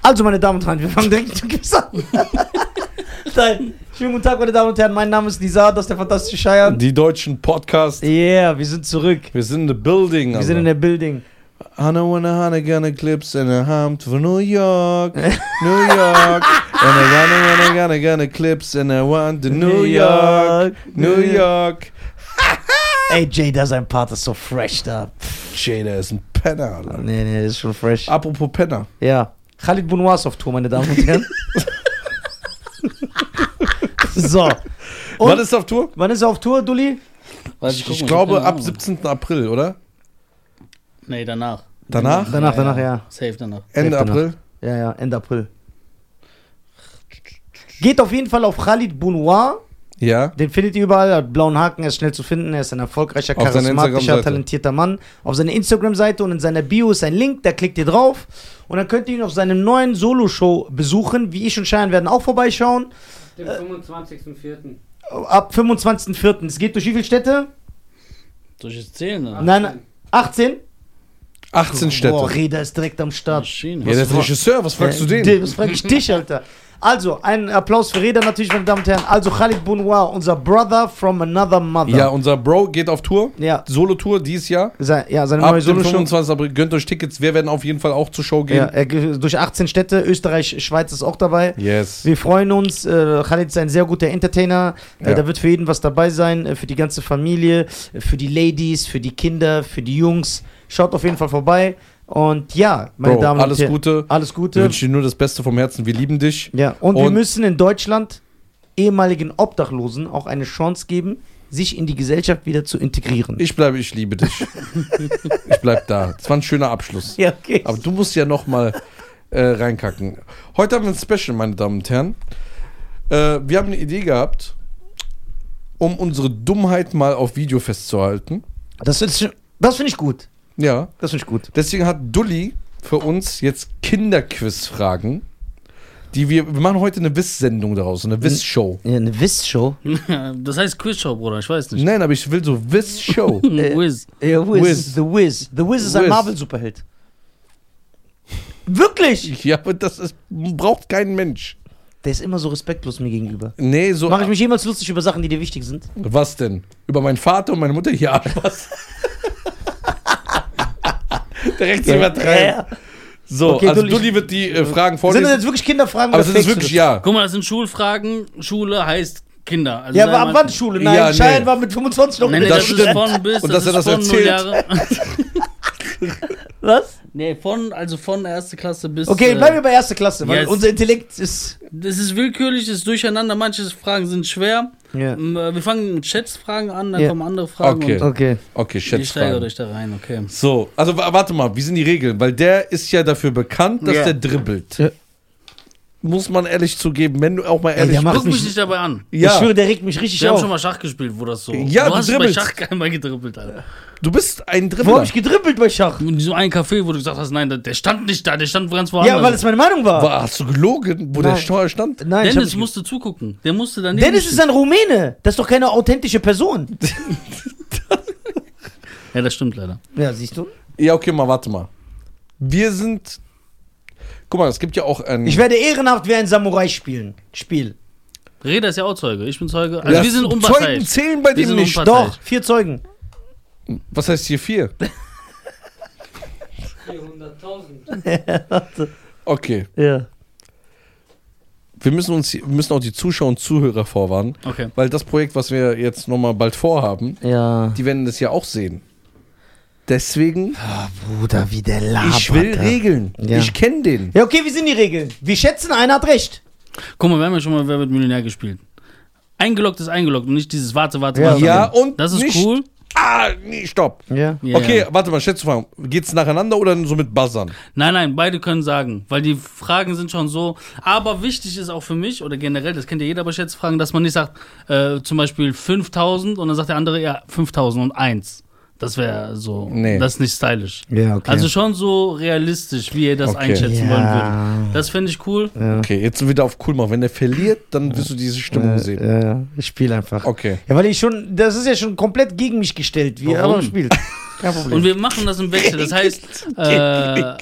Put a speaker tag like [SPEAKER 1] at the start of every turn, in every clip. [SPEAKER 1] Also, meine Damen und Herren, wir fangen direkt mit an. Nein. Schönen guten Tag, meine Damen und Herren. Mein Name ist Nizar, das ist der fantastische Scheier.
[SPEAKER 2] Die deutschen Podcasts.
[SPEAKER 1] Yeah, wir sind zurück.
[SPEAKER 2] Wir sind in the building. also.
[SPEAKER 1] Wir sind in der Building.
[SPEAKER 2] Hannah wanna Hannah gonna clips and a humped for New York, New York. and I wanna wanna gonna gonna clips and I want the New York, New York.
[SPEAKER 1] Ey, Jay, da sein Part ist so fresh da.
[SPEAKER 2] Jada ist ein Penner, Alter.
[SPEAKER 1] Nee, nee, das ist schon fresh.
[SPEAKER 2] Apropos Penner.
[SPEAKER 1] Ja. Khalid Bounois auf Tour, meine Damen und Herren. so. Und
[SPEAKER 2] Wann ist er auf Tour?
[SPEAKER 1] wann ist er auf Tour, Dulli?
[SPEAKER 3] Weiß
[SPEAKER 2] Ich,
[SPEAKER 3] guck mal,
[SPEAKER 2] glaube
[SPEAKER 3] keine
[SPEAKER 2] ab
[SPEAKER 3] Ahnung.
[SPEAKER 2] 17. April, oder?
[SPEAKER 3] Nee, danach.
[SPEAKER 2] Danach?
[SPEAKER 1] Danach, danach, ja.
[SPEAKER 3] Safe danach.
[SPEAKER 2] Ende
[SPEAKER 1] danach.
[SPEAKER 2] April.
[SPEAKER 1] Ja, ja, Ende April. Geht auf jeden Fall auf Khalid Bounois.
[SPEAKER 2] Ja.
[SPEAKER 1] Den findet ihr überall, hat blauen Haken, er ist schnell zu finden, er ist ein erfolgreicher,
[SPEAKER 2] Auf seiner
[SPEAKER 1] charismatischer,
[SPEAKER 2] Instagram-Seite.
[SPEAKER 1] talentierter Mann. Auf seiner Instagram-Seite und in seiner Bio ist ein Link, da klickt ihr drauf und dann könnt ihr ihn auf seiner neuen Solo-Show besuchen. Wie ich und Schein werden auch vorbeischauen.
[SPEAKER 4] Dem
[SPEAKER 1] Äh.
[SPEAKER 4] 25.04.
[SPEAKER 1] Ab 25.04. Es geht durch wie viele Städte?
[SPEAKER 3] Soll ich jetzt zählen? Oder?
[SPEAKER 1] Nein, nein, 18?
[SPEAKER 2] 18
[SPEAKER 1] Boah,
[SPEAKER 2] Städte.
[SPEAKER 1] Reda ist direkt am Start.
[SPEAKER 3] Maschine.
[SPEAKER 2] Ja, der ist Regisseur, was fragst du
[SPEAKER 1] Äh,
[SPEAKER 2] den?
[SPEAKER 1] Das frag ich dich, Alter. Also, einen Applaus für Reda natürlich, meine Damen und Herren. Also, Khalid Bounois, unser Brother from another mother.
[SPEAKER 2] Ja, unser Bro geht auf Tour.
[SPEAKER 1] Ja,
[SPEAKER 2] Solo-Tour dieses Jahr.
[SPEAKER 1] Sei, ja seine
[SPEAKER 2] Ab
[SPEAKER 1] neue
[SPEAKER 2] dem
[SPEAKER 1] Solo-Show.
[SPEAKER 2] 25. April. Gönnt euch Tickets. Wir werden auf jeden Fall auch zur Show
[SPEAKER 1] Ja,
[SPEAKER 2] gehen.
[SPEAKER 1] er, ge- durch 18 Städte, Österreich, Schweiz ist auch dabei.
[SPEAKER 2] Yes.
[SPEAKER 1] Wir freuen uns. Äh, Khalid ist ein sehr guter Entertainer. Äh,
[SPEAKER 2] Ja.
[SPEAKER 1] Da wird für jeden was dabei sein, äh, für die ganze Familie, äh, für die Ladies, für die Kinder, für die Jungs. Schaut auf jeden Fall vorbei. Und ja, meine
[SPEAKER 2] Bro,
[SPEAKER 1] Damen und
[SPEAKER 2] alles
[SPEAKER 1] Herren,
[SPEAKER 2] Gute.
[SPEAKER 1] alles
[SPEAKER 2] Wir
[SPEAKER 1] Gute.
[SPEAKER 2] wünschen dir nur das Beste vom Herzen. Wir lieben dich.
[SPEAKER 1] Ja, und, wir
[SPEAKER 2] Und-
[SPEAKER 1] müssen in Deutschland ehemaligen Obdachlosen auch eine Chance geben, sich in die Gesellschaft wieder zu integrieren.
[SPEAKER 2] Ich bleibe, ich liebe dich. ich bleib da. Das war ein schöner Abschluss.
[SPEAKER 1] ja, okay.
[SPEAKER 2] Aber du musst ja nochmal äh, reinkacken. Heute haben wir ein Special, meine Damen und Herren. Äh, wir haben eine Idee gehabt, um unsere Dummheit mal auf Video festzuhalten.
[SPEAKER 1] Das, ist- das finde ich gut.
[SPEAKER 2] Ja.
[SPEAKER 1] Das finde ich gut.
[SPEAKER 2] Deswegen hat Dulli für uns jetzt Kinderquiz-Fragen, die wir. Wir machen heute eine Wiss-Sendung daraus, eine Wiss-Show.
[SPEAKER 1] Ja, eine Wiss-Show.
[SPEAKER 3] Das heißt Quizshow, Bruder. Ich weiß nicht.
[SPEAKER 2] Nein, aber ich will so Wiss-Show.
[SPEAKER 1] Äh,
[SPEAKER 3] Wiz.
[SPEAKER 1] Ja, Wiz.
[SPEAKER 2] Wiz.
[SPEAKER 1] The Wiz. The Wiz ist ein
[SPEAKER 2] Wiz.
[SPEAKER 1] Marvel-Superheld. Wirklich?
[SPEAKER 2] ja, aber das ist, braucht kein Mensch.
[SPEAKER 1] Der ist immer so respektlos mir gegenüber.
[SPEAKER 2] Nee, so. äh,
[SPEAKER 1] Mache ich mich jemals lustig über Sachen, die dir wichtig sind?
[SPEAKER 2] Was denn? Über meinen Vater und meine Mutter? Ja, was? Direkt zu übertreiben.
[SPEAKER 1] Ja.
[SPEAKER 2] So,
[SPEAKER 1] Okay,
[SPEAKER 2] also
[SPEAKER 1] Dulli-
[SPEAKER 2] Dulli wird die äh, Fragen
[SPEAKER 1] Sind das
[SPEAKER 2] vorlesen.
[SPEAKER 1] jetzt wirklich Kinderfragen?
[SPEAKER 2] Aber
[SPEAKER 1] oder
[SPEAKER 2] sind das
[SPEAKER 1] fakest du
[SPEAKER 2] wirklich ja?
[SPEAKER 3] Guck mal, das sind Schulfragen. Schule heißt Kinder. Also
[SPEAKER 1] Ja,
[SPEAKER 3] sei
[SPEAKER 1] aber ab
[SPEAKER 3] mal-
[SPEAKER 1] wann Schule? Nein,
[SPEAKER 2] Ja,
[SPEAKER 1] ja,
[SPEAKER 2] nee.
[SPEAKER 1] war mit 25 noch
[SPEAKER 3] Nee,
[SPEAKER 1] mit
[SPEAKER 3] nee,
[SPEAKER 1] der
[SPEAKER 3] das,
[SPEAKER 2] stimmt.
[SPEAKER 3] ist von bis.
[SPEAKER 2] Und dass er
[SPEAKER 3] ist
[SPEAKER 2] das
[SPEAKER 3] von
[SPEAKER 2] erzählt.
[SPEAKER 3] null Jahre.
[SPEAKER 1] Was?
[SPEAKER 3] Nee, von, also von erste Klasse bis.
[SPEAKER 1] Okay,
[SPEAKER 3] äh,
[SPEAKER 1] bleiben wir bei erster Klasse, weil
[SPEAKER 3] yes.
[SPEAKER 1] unser Intellekt ist.
[SPEAKER 3] Das ist willkürlich, das ist durcheinander. Manche Fragen sind schwer.
[SPEAKER 1] Ja.
[SPEAKER 3] M, äh, Wir fangen mit Schätzfragen an, dann
[SPEAKER 1] Ja.
[SPEAKER 3] kommen andere Fragen.
[SPEAKER 2] Okay.
[SPEAKER 3] Und
[SPEAKER 1] Okay.
[SPEAKER 2] Okay,
[SPEAKER 3] ich steigere
[SPEAKER 2] Schätzfragen.
[SPEAKER 3] euch da rein, okay.
[SPEAKER 2] So, also wa- warte mal, wie sind die Regeln? Weil der ist ja dafür bekannt, dass
[SPEAKER 3] Ja.
[SPEAKER 2] der dribbelt.
[SPEAKER 1] Ja.
[SPEAKER 2] Muss man ehrlich zugeben, wenn du auch mal
[SPEAKER 1] der
[SPEAKER 2] ehrlich
[SPEAKER 1] macht-
[SPEAKER 3] Guck mich
[SPEAKER 1] mich-
[SPEAKER 3] nicht dabei an.
[SPEAKER 1] Ich
[SPEAKER 2] Ja,
[SPEAKER 1] schwöre, der regt mich richtig
[SPEAKER 3] Wir haben
[SPEAKER 1] auf.
[SPEAKER 3] schon mal Schach gespielt, wo das so.
[SPEAKER 2] Ja,
[SPEAKER 3] du
[SPEAKER 2] du
[SPEAKER 3] hast bei
[SPEAKER 2] dribbelst.
[SPEAKER 3] Schach einmal gedribbelt, Alter.
[SPEAKER 2] du bist ein
[SPEAKER 1] Wo
[SPEAKER 2] Dribbler.
[SPEAKER 1] hab ich gedribbelt bei Schach?
[SPEAKER 3] In diesem einen Café, wo du gesagt hast, nein, der, der stand nicht da, der stand ganz woanders.
[SPEAKER 1] Ja, weil es meine Meinung war.
[SPEAKER 2] War, hast du gelogen, wo der
[SPEAKER 1] Nein.
[SPEAKER 2] Steuer stand?
[SPEAKER 1] Nein, ich hab
[SPEAKER 3] Dennis
[SPEAKER 1] nicht-
[SPEAKER 3] musste zugucken. Der musste dann
[SPEAKER 1] Dennis ist ein Rumäne. Das ist doch keine authentische Person.
[SPEAKER 3] Ja, das stimmt leider.
[SPEAKER 1] Ja, siehst du?
[SPEAKER 2] Ja, okay, mal warte mal. Wir sind. Guck mal, es gibt ja auch einen.
[SPEAKER 1] Ich werde ehrenhaft wie ein Samurai spielen. Spiel.
[SPEAKER 3] Reda ist ja auch Zeuge, ich bin Zeuge. Also
[SPEAKER 2] Ja,
[SPEAKER 3] wir sind
[SPEAKER 2] Zeugen
[SPEAKER 3] unparteiisch.
[SPEAKER 2] zählen bei
[SPEAKER 3] Wir
[SPEAKER 2] dem
[SPEAKER 3] sind
[SPEAKER 2] nicht.
[SPEAKER 3] unparteiisch.
[SPEAKER 1] Doch, vier Zeugen.
[SPEAKER 2] Was heißt hier vier?
[SPEAKER 4] 400.000.
[SPEAKER 2] Okay.
[SPEAKER 1] Ja.
[SPEAKER 2] Wir müssen uns wir müssen auch die Zuschauer und Zuhörer vorwarnen,
[SPEAKER 3] Okay.
[SPEAKER 2] weil das Projekt, was wir jetzt nochmal bald vorhaben,
[SPEAKER 1] Ja.
[SPEAKER 2] die werden das ja auch sehen. Deswegen,
[SPEAKER 1] Bruder, wie der labert.
[SPEAKER 2] ich will
[SPEAKER 1] da.
[SPEAKER 2] Regeln.
[SPEAKER 1] Ah, Ja.
[SPEAKER 2] Ich kenne den.
[SPEAKER 1] Ja, okay, wie sind die Regeln? Wir schätzen, einer hat recht.
[SPEAKER 3] Guck mal, wir haben ja schon mal Wer wird Millionär gespielt. Eingeloggt ist eingeloggt und nicht dieses Warte, Warte,
[SPEAKER 1] Ja.
[SPEAKER 3] Warte.
[SPEAKER 2] Ja, und
[SPEAKER 3] Das ist
[SPEAKER 2] nicht,
[SPEAKER 3] cool.
[SPEAKER 2] Ah, nee, stopp.
[SPEAKER 1] Ja.
[SPEAKER 3] Ja,
[SPEAKER 2] Okay,
[SPEAKER 3] ja.
[SPEAKER 2] warte mal, Schätzfragen. Geht's nacheinander oder so mit Buzzern?
[SPEAKER 3] Nein, nein, beide können sagen, weil die Fragen sind schon so. Aber wichtig ist auch für mich oder generell, das kennt ja jeder bei Schätzfragen, dass man nicht sagt, äh, zum Beispiel 5000 und dann sagt der andere, ja, 5000 und 1. Das wäre so,
[SPEAKER 2] Nee.
[SPEAKER 3] das ist nicht stylisch.
[SPEAKER 1] Ja, okay.
[SPEAKER 3] Also schon so realistisch, wie ihr das
[SPEAKER 2] Okay.
[SPEAKER 3] einschätzen wollen
[SPEAKER 1] ja.
[SPEAKER 3] würdet. Das fände ich cool.
[SPEAKER 2] Okay, jetzt wieder auf cool machen. Wenn der verliert, dann wirst du diese
[SPEAKER 1] Äh,
[SPEAKER 2] Stimmung sehen.
[SPEAKER 1] Ja, ja, ich spiele einfach.
[SPEAKER 2] Okay.
[SPEAKER 1] Ja, weil ich schon, das ist ja schon komplett gegen mich gestellt, wie er
[SPEAKER 3] Warum?
[SPEAKER 1] aber spielt.
[SPEAKER 2] Kein Problem.
[SPEAKER 3] Und wir machen das im Wechsel. Das heißt, äh,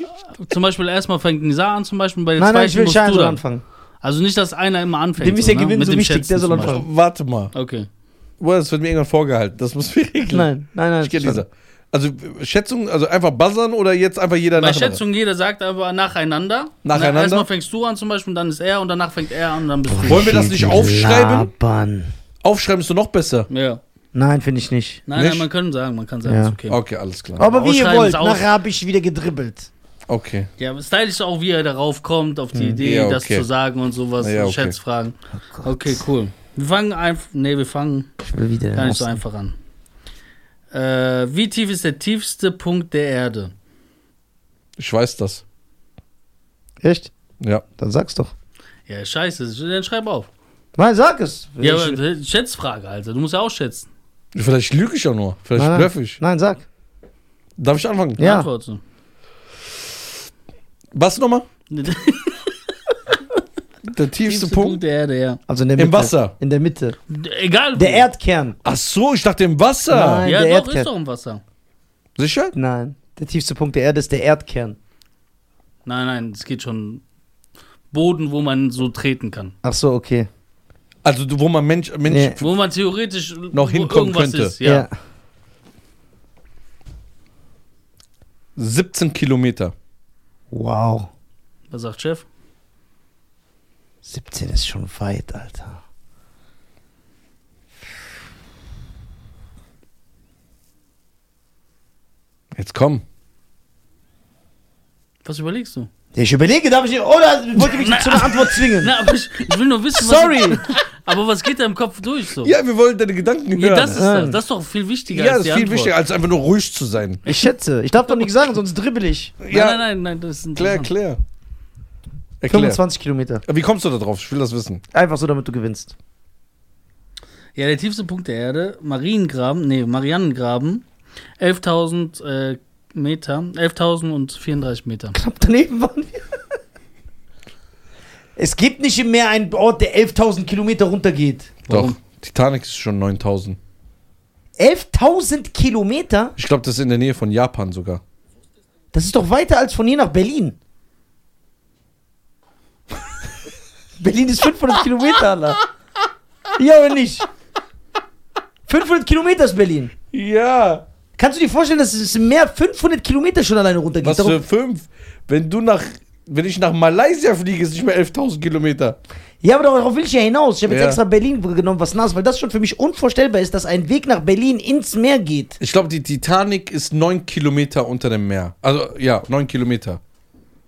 [SPEAKER 3] zum Beispiel erstmal fängt Nisa an, zum Beispiel bei der
[SPEAKER 1] Nein, nein, ich
[SPEAKER 3] zweiten
[SPEAKER 1] will
[SPEAKER 3] musst
[SPEAKER 1] Schein
[SPEAKER 3] du
[SPEAKER 1] soll
[SPEAKER 3] dann.
[SPEAKER 1] anfangen.
[SPEAKER 3] Also nicht, dass einer immer anfängt.
[SPEAKER 1] Dem ist ja
[SPEAKER 3] ne?
[SPEAKER 1] Gewinn
[SPEAKER 3] Mit
[SPEAKER 1] so
[SPEAKER 3] dem
[SPEAKER 1] wichtig,
[SPEAKER 3] Schätzen
[SPEAKER 1] der soll
[SPEAKER 3] zum Beispiel.
[SPEAKER 1] anfangen.
[SPEAKER 2] Äh, Warte mal.
[SPEAKER 3] Okay.
[SPEAKER 2] Boah, das wird mir irgendwann vorgehalten. Das muss wir regeln.
[SPEAKER 1] Nein, nein, nein.
[SPEAKER 2] Ich kenne diese. Also äh, Schätzung, also einfach buzzern oder jetzt einfach jeder
[SPEAKER 3] Bei
[SPEAKER 2] nacheinander?
[SPEAKER 3] Schätzung, jeder sagt aber nacheinander.
[SPEAKER 2] Nacheinander?
[SPEAKER 3] Na, Erstmal fängst du an zum Beispiel, dann ist er und danach fängt er an und dann bist du.
[SPEAKER 2] Wollen wir das nicht aufschreiben?
[SPEAKER 1] Labern.
[SPEAKER 2] Aufschreiben ist doch noch besser.
[SPEAKER 3] Ja.
[SPEAKER 1] Nein, finde ich nicht.
[SPEAKER 3] Nein,
[SPEAKER 2] Nicht?
[SPEAKER 3] nein, man kann sagen, man kann sagen, ja.
[SPEAKER 1] Ja.
[SPEAKER 3] ist okay.
[SPEAKER 2] Okay, alles klar.
[SPEAKER 1] Aber wie ihr
[SPEAKER 3] Ausschreiben
[SPEAKER 1] wollt,
[SPEAKER 3] ist aus.
[SPEAKER 1] nachher habe ich wieder gedribbelt.
[SPEAKER 2] Okay.
[SPEAKER 3] Ja, aber stylisch ist auch, wie er darauf kommt, auf die Idee,
[SPEAKER 2] Hm. Ja,
[SPEAKER 3] das
[SPEAKER 2] okay.
[SPEAKER 3] zu sagen und sowas,
[SPEAKER 2] Ja,
[SPEAKER 3] und
[SPEAKER 2] okay.
[SPEAKER 3] Schätzfragen. okay, cool. Wir fangen einfach, nee, wir fangen
[SPEAKER 1] Ich will wieder.
[SPEAKER 3] gar nicht so einfach an. Äh, wie tief ist der tiefste Punkt der Erde?
[SPEAKER 2] Ich weiß das.
[SPEAKER 1] Echt?
[SPEAKER 2] Ja.
[SPEAKER 1] Dann sag's doch.
[SPEAKER 3] Ja, scheiße, dann schreib auf.
[SPEAKER 1] Nein, sag es.
[SPEAKER 3] Ja,
[SPEAKER 1] Ich-
[SPEAKER 3] aber Schätzfrage, Alter, du musst ja auch schätzen.
[SPEAKER 2] Vielleicht lüge ich ja nur. Vielleicht
[SPEAKER 1] nein,
[SPEAKER 2] bluff
[SPEAKER 1] nein.
[SPEAKER 2] ich.
[SPEAKER 1] nein, sag.
[SPEAKER 2] Darf ich anfangen?
[SPEAKER 1] Ja.
[SPEAKER 3] Antworten.
[SPEAKER 2] Was nochmal?
[SPEAKER 3] Der
[SPEAKER 2] Der tiefste Punkt?
[SPEAKER 3] der Erde, ja.
[SPEAKER 1] Also in der
[SPEAKER 2] Im
[SPEAKER 1] Mitte.
[SPEAKER 2] Wasser.
[SPEAKER 1] In der Mitte.
[SPEAKER 3] Egal. wo.
[SPEAKER 1] Der Erdkern.
[SPEAKER 2] Ach so, ich dachte im Wasser.
[SPEAKER 1] Nein.
[SPEAKER 3] Ja,
[SPEAKER 1] der
[SPEAKER 3] doch,
[SPEAKER 1] Erdkern.
[SPEAKER 3] ist doch im Wasser.
[SPEAKER 2] Sicher?
[SPEAKER 1] Nein. Der tiefste Punkt der Erde ist der Erdkern.
[SPEAKER 3] Nein, nein, es geht schon. Boden, wo man so treten kann.
[SPEAKER 1] Ach so, okay.
[SPEAKER 2] Also du- wo man Mensch, Mensch
[SPEAKER 1] Ja.
[SPEAKER 3] Wo man theoretisch
[SPEAKER 2] Noch
[SPEAKER 3] wo
[SPEAKER 2] hinkommen
[SPEAKER 3] irgendwas
[SPEAKER 2] könnte.
[SPEAKER 3] Ist, ja.
[SPEAKER 2] 17 Kilometer.
[SPEAKER 1] Wow.
[SPEAKER 3] Was sagt Chef?
[SPEAKER 1] 17 ist schon weit, Alter.
[SPEAKER 2] Jetzt komm.
[SPEAKER 3] Was überlegst du?
[SPEAKER 1] Ich überlege, darf ich. Oder wollt ihr mich zu einer Antwort zwingen?
[SPEAKER 3] Na, aber ich, ich will nur wissen, was.
[SPEAKER 1] Sorry.
[SPEAKER 3] Aber was geht da im Kopf durch so?
[SPEAKER 2] Ja, wir wollen deine Gedanken hören.
[SPEAKER 3] Ja, das ist das.
[SPEAKER 1] Nein.
[SPEAKER 3] Das ist doch viel wichtiger
[SPEAKER 2] ja,
[SPEAKER 3] als
[SPEAKER 2] das
[SPEAKER 3] die
[SPEAKER 2] ist viel
[SPEAKER 3] Antwort.
[SPEAKER 2] wichtiger, als einfach nur ruhig zu sein.
[SPEAKER 1] Ich schätze. Ich darf doch nichts sagen, sonst dribbel ich.
[SPEAKER 3] Nein,
[SPEAKER 2] ja,
[SPEAKER 3] nein, nein, nein, das ist
[SPEAKER 2] Klär,
[SPEAKER 3] interessant.
[SPEAKER 2] klär. Erklär.
[SPEAKER 1] 25 Kilometer.
[SPEAKER 2] Wie kommst du da drauf? Ich will das wissen.
[SPEAKER 1] Einfach so, damit du gewinnst.
[SPEAKER 3] Ja, der tiefste Punkt der Erde, Mariengraben, nee, Marianengraben, 11.000 äh, Meter, 11.034 Meter.
[SPEAKER 1] Knapp daneben waren wir. Es gibt nicht im Meer einen Ort, der 11.000 Kilometer runtergeht.
[SPEAKER 3] Warum?
[SPEAKER 2] Doch. Titanic ist schon 9000.
[SPEAKER 1] 11.000 Kilometer?
[SPEAKER 2] Ich glaube, das ist in der Nähe von Japan sogar.
[SPEAKER 1] Das ist doch weiter als von hier nach Berlin. Berlin ist 500 Kilometer, Alter. Ja oder nicht? 500 Kilometer ist Berlin.
[SPEAKER 2] Ja.
[SPEAKER 1] Kannst du dir vorstellen, dass es im Meer 500 Kilometer schon alleine runtergeht?
[SPEAKER 2] Was
[SPEAKER 1] Darum-
[SPEAKER 2] für fünf? Wenn du nach, wenn ich nach Malaysia fliege, ist nicht mehr 11.000 Kilometer.
[SPEAKER 1] Ja, aber darauf will ich ja hinaus. Ich habe jetzt
[SPEAKER 2] Ja.
[SPEAKER 1] extra Berlin genommen, was nass, weil das schon für mich unvorstellbar ist, dass ein Weg nach Berlin ins Meer geht.
[SPEAKER 2] Ich glaube, die Titanic ist neun Kilometer unter dem Meer. Also ja, neun Kilometer.